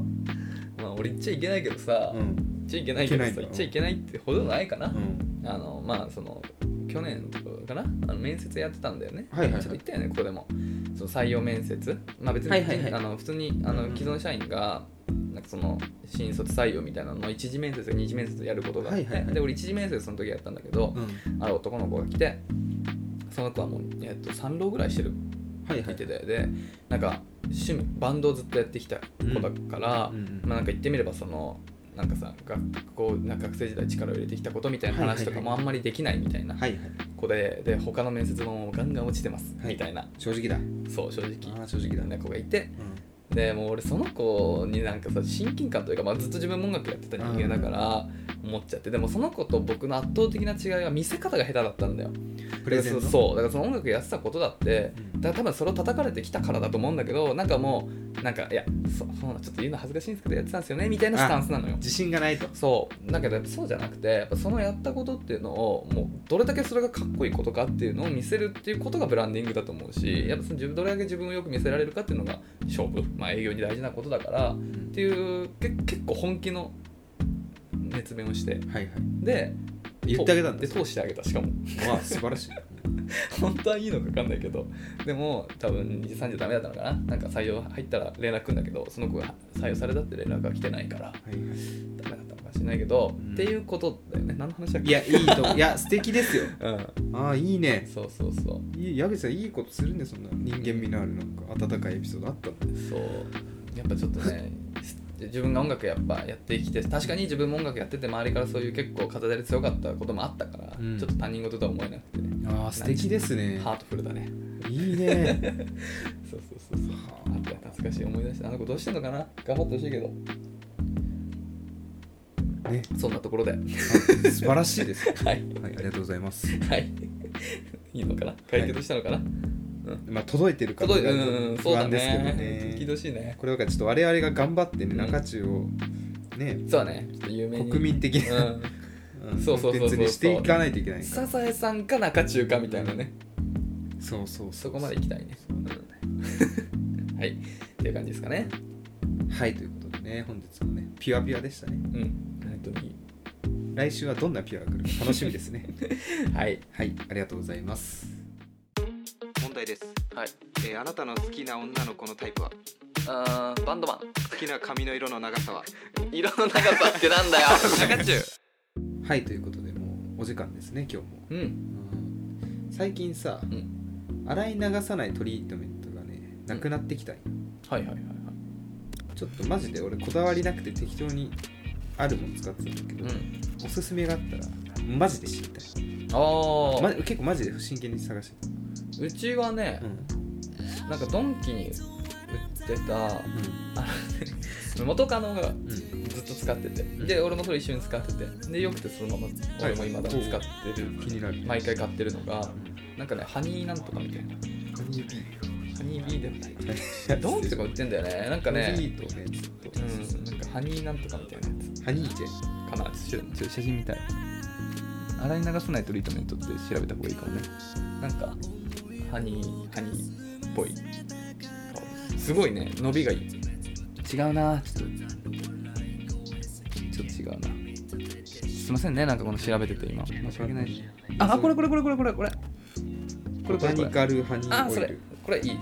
Speaker 2: まあ俺言っちゃいけないけどさ、
Speaker 1: うん
Speaker 2: ちゃいけないけどさ
Speaker 1: いけないん
Speaker 2: 言
Speaker 1: だ
Speaker 2: っちゃいけないってほどないかな、
Speaker 1: うん
Speaker 2: あのまあその去年とかかなあの面接やってたんだよね、
Speaker 1: はいはいはい
Speaker 2: ちょっと言ったよねここでもその採用面接まあ別に、
Speaker 3: はいはいはい
Speaker 2: あの普通にあの
Speaker 1: うん
Speaker 2: 既存社員がなんかその新卒採用みたいなのの一次面接二次面接やることがあって、
Speaker 1: はいはいはい
Speaker 2: で俺一次面接その時やったんだけど、
Speaker 1: うん
Speaker 2: ある男の子が来てその子はもう、えっと3浪ぐらいしてる
Speaker 1: はいは
Speaker 2: 聞い
Speaker 1: い
Speaker 2: ててでなんか趣味バンドをずっとやってきた子だから、
Speaker 1: うんうんうん
Speaker 2: まあ、なんか言ってみればそのなんかさ学校なんか学生時代力を入れてきたことみたいな話とかも
Speaker 1: は
Speaker 2: あんまりできないみたいな
Speaker 1: はいはい
Speaker 2: 子でで他の面接もガンガン落ちてます
Speaker 1: はい
Speaker 2: みたいな、
Speaker 1: 正直だ
Speaker 2: そう正直
Speaker 1: あー正直だ
Speaker 2: な子がいて
Speaker 1: うん
Speaker 2: でもう俺その子になんかさ親近感というか、まあ、ずっと自分も音楽やってた人間だから思っちゃってでもその子と僕の圧倒的な違いは見せ方が下手だったんだよ
Speaker 1: プレゼント
Speaker 2: だからそうそうだからその音楽やってたことだってだから多分それを叩かれてきたからだと思うんだけどなんかもうなんかいやそそうなのちょっと言うの恥ずかしいんですけどやってたんですよねみたいなスタンスなのよ
Speaker 1: 自信がないと
Speaker 2: そうだけどやっぱそうじゃなくてやっぱそのやったことっていうのをもうどれだけそれがかっこいいことかっていうのを見せるっていうことがブランディングだと思うしやっぱその自分どれだけ自分をよく見せられるかっていうのが勝負まあ営業に大事なことだからっ
Speaker 1: うん
Speaker 2: ていうけ結構本気の熱弁をして
Speaker 1: はいはい
Speaker 2: で
Speaker 1: 言ってあげたん
Speaker 2: で
Speaker 1: だ
Speaker 2: 通してあげたしかも
Speaker 1: わあ素晴らしい
Speaker 2: 本当はいいのか分かんないけどでも多分2時3時ダメだったのかななんか採用入ったら連絡来るんだけどその子が採用されたって連絡が来てないから
Speaker 1: はいはい
Speaker 2: ダメだったのかもしれないけど、
Speaker 1: うん
Speaker 2: っていうことだよね何の話だっけ
Speaker 1: いやいいといや素敵ですよ
Speaker 2: うん
Speaker 1: ああいいね
Speaker 2: そうそうそう
Speaker 1: いい矢口さんいいことするねそんな人間味のあるなんか温かいエピソードあったの
Speaker 2: そうやっぱちょっとね自分が音楽やっぱやってきて確かに自分も音楽やってて周りからそういう結構片手で強かったこともあったから、
Speaker 1: うん
Speaker 2: ちょっと他人事とは思えなくてね
Speaker 1: ああ素敵ですね
Speaker 2: ハートフルだね
Speaker 1: いい ね
Speaker 2: そうそうそうそう
Speaker 1: は
Speaker 2: あった懐かしい思い出したあの子どうしてんのかな頑張ってほしいけど
Speaker 1: あね
Speaker 2: そんなところで
Speaker 1: あ素晴らしいですは
Speaker 2: はい
Speaker 1: いありがとうございます
Speaker 2: はい。いいのかな解決したのかな、
Speaker 1: まあ届いてるか
Speaker 2: 届いて、うんうん、そう
Speaker 1: 不
Speaker 2: だ
Speaker 1: 安ですけど
Speaker 2: ね。聞き
Speaker 1: ね
Speaker 2: 遠しいね。
Speaker 1: これだからちょっと我々が頑張ってね
Speaker 2: うん
Speaker 1: 中中をね
Speaker 2: そうだね。ちょっと有名に。
Speaker 1: 国民的
Speaker 2: う。
Speaker 1: なんうん
Speaker 2: そうそうそうそう
Speaker 1: コンテンツにしていかないといけないから
Speaker 2: サザエさんか中中かみたいなね。
Speaker 1: そうそう
Speaker 2: そうこまで行きたいね。
Speaker 1: そうなんだよ
Speaker 2: うん はい。っていう感じですかね。
Speaker 1: はいということでね本日もねピュアピュアでしたね
Speaker 2: うん。本当に。
Speaker 1: 来週はどんなピュアが来るか楽しみですね
Speaker 2: はい。
Speaker 1: はいありがとうございます問題です、
Speaker 2: はい。
Speaker 1: えーあなたの好きな女の子のタイプは
Speaker 2: あーバンドマン。
Speaker 1: 好きな髪の色の長さは
Speaker 2: 色の長さってなん だよ。中中。
Speaker 1: はいということでもうお時間ですね今日も
Speaker 2: うん。
Speaker 1: うん最近さ、
Speaker 2: う
Speaker 1: 洗い流さないトリートメントがねなくなってきたんよ、
Speaker 2: はいはいはいはい。
Speaker 1: ちょっとマジで俺こだわりなくて適当にあるもの使ってたんだけど、
Speaker 2: うん。
Speaker 1: おすすめがあったらマジで知りたい、
Speaker 2: ああ、
Speaker 1: ま、結構マジで真剣に探して
Speaker 2: うちはね
Speaker 1: た、、うん
Speaker 2: なんかドンキに売ってた元カノが
Speaker 1: うん
Speaker 2: ずっと使っててで俺もそれ一緒に使っててでよくてそのまま俺も今だに使ってる、
Speaker 1: 気になる
Speaker 2: 毎回買ってるのが
Speaker 1: うん
Speaker 2: なんかねハニーなんとかみたいな
Speaker 1: カニビ
Speaker 2: ハニービーでもない
Speaker 1: ー
Speaker 2: ドンキとか売ってんだよねなん
Speaker 1: カ
Speaker 2: か
Speaker 1: ニ
Speaker 2: ね
Speaker 1: ビーとねちょっ
Speaker 2: う
Speaker 1: と
Speaker 2: んなんかハニーなんとかみたいなや
Speaker 1: ハニーチェ
Speaker 2: つかなちょっと写真見たい洗い流さないトリートメントって調べた方がいいかもねなんかハニーハニーっぽい顔すごいね伸びがいい違うなちょっとちょっと違うなすいませんねなんかこの調べてて今申し訳ないですああこれこれこれこれこれこれこ
Speaker 1: ボ
Speaker 2: れこ
Speaker 1: タ
Speaker 2: れこ
Speaker 1: ニ
Speaker 2: れ
Speaker 1: カルハニ
Speaker 2: あ
Speaker 1: ーオ
Speaker 2: そ
Speaker 1: イ
Speaker 2: れ
Speaker 1: ル
Speaker 2: これいい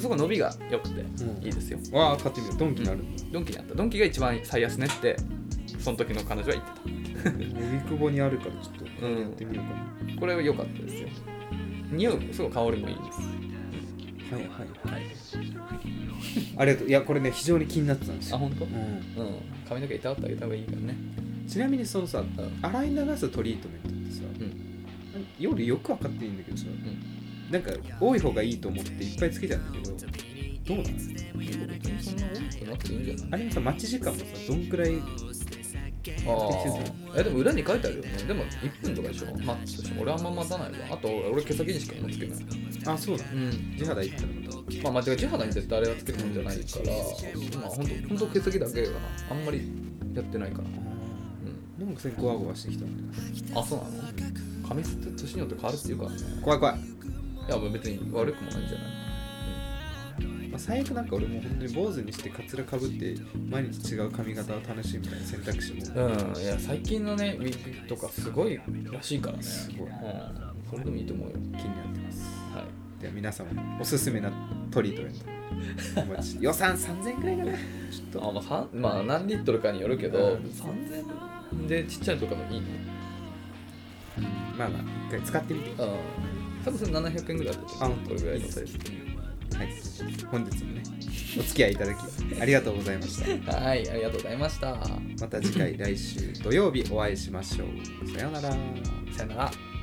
Speaker 2: すごい伸びが良くていいですよ、
Speaker 1: わあ買ってみるドンキにあるんだ
Speaker 2: ドンキにあったドンキが一番最安ねってその時の彼女は言って
Speaker 1: 荻窪にあるからちょっとやってみようかな、
Speaker 2: たこれは良かったですよ匂いもすごい香りもいいです
Speaker 1: はいはい
Speaker 2: はい
Speaker 1: ありがとういやこれね非常に気になってたんです
Speaker 2: あ
Speaker 1: よ、
Speaker 2: 本当？
Speaker 1: うん、
Speaker 2: うん髪の毛いたわってあげた方がいいからね
Speaker 1: ちなみにそのさ
Speaker 2: うん
Speaker 1: 洗い流すトリートメントってさ、夜よく分かっていいんだけどさ、
Speaker 2: ん
Speaker 1: なんか多い方がいいと思っていっぱいつけちゃうんだけどどうなの
Speaker 2: 別にそんな多くなくていいんじゃ
Speaker 1: あ
Speaker 2: ない
Speaker 1: れもさ待ち時間もさどんくらい
Speaker 2: ああでも裏に書いてあるよねでも1分とかでしょマッチとして俺あんま待たないわあと俺毛先にしか今つけない
Speaker 1: あそうだ
Speaker 2: うん
Speaker 1: 地肌いったらまた
Speaker 2: まあ、まあ、てか地肌に絶対あれはつけるもんじゃないから、まあ、ほんと、ほんと毛先だけかな。あんまりやってないから。うん。
Speaker 1: なんかそれゴワゴワしてきたんだよ
Speaker 2: あ、そうなの髪質って年によって変わるっていうからね。
Speaker 1: 怖い怖い
Speaker 2: いや、別に悪くもないんじゃない
Speaker 1: まあ、最悪なんか俺も本当に坊主にしてカツラかぶって毎日違う髪型を楽しむみたいな選択肢も
Speaker 2: うんいや最近のねウィッグとかすごいらしいからね
Speaker 1: すごい
Speaker 2: うんそれでもいいと思うよ
Speaker 1: 気になってます
Speaker 2: はい
Speaker 1: では皆様のおすすめなトリートメントお待ち予算3000円くらいかなちょっ
Speaker 2: あまあさん、まあ、何リットルかによるけ
Speaker 1: う
Speaker 2: ど、
Speaker 1: ん
Speaker 2: 3000円でちっちゃいとかもいいね
Speaker 1: とまあまあ一回使ってみて
Speaker 2: うん多分それ700円ぐらいだったと思う
Speaker 1: あ
Speaker 2: これぐらいのサイズ
Speaker 1: はい本日もねお付き合いいただきありがとうございました
Speaker 2: はいありがとうございました
Speaker 1: また次回来週土曜日お会いしましょうさようなら
Speaker 2: さよなら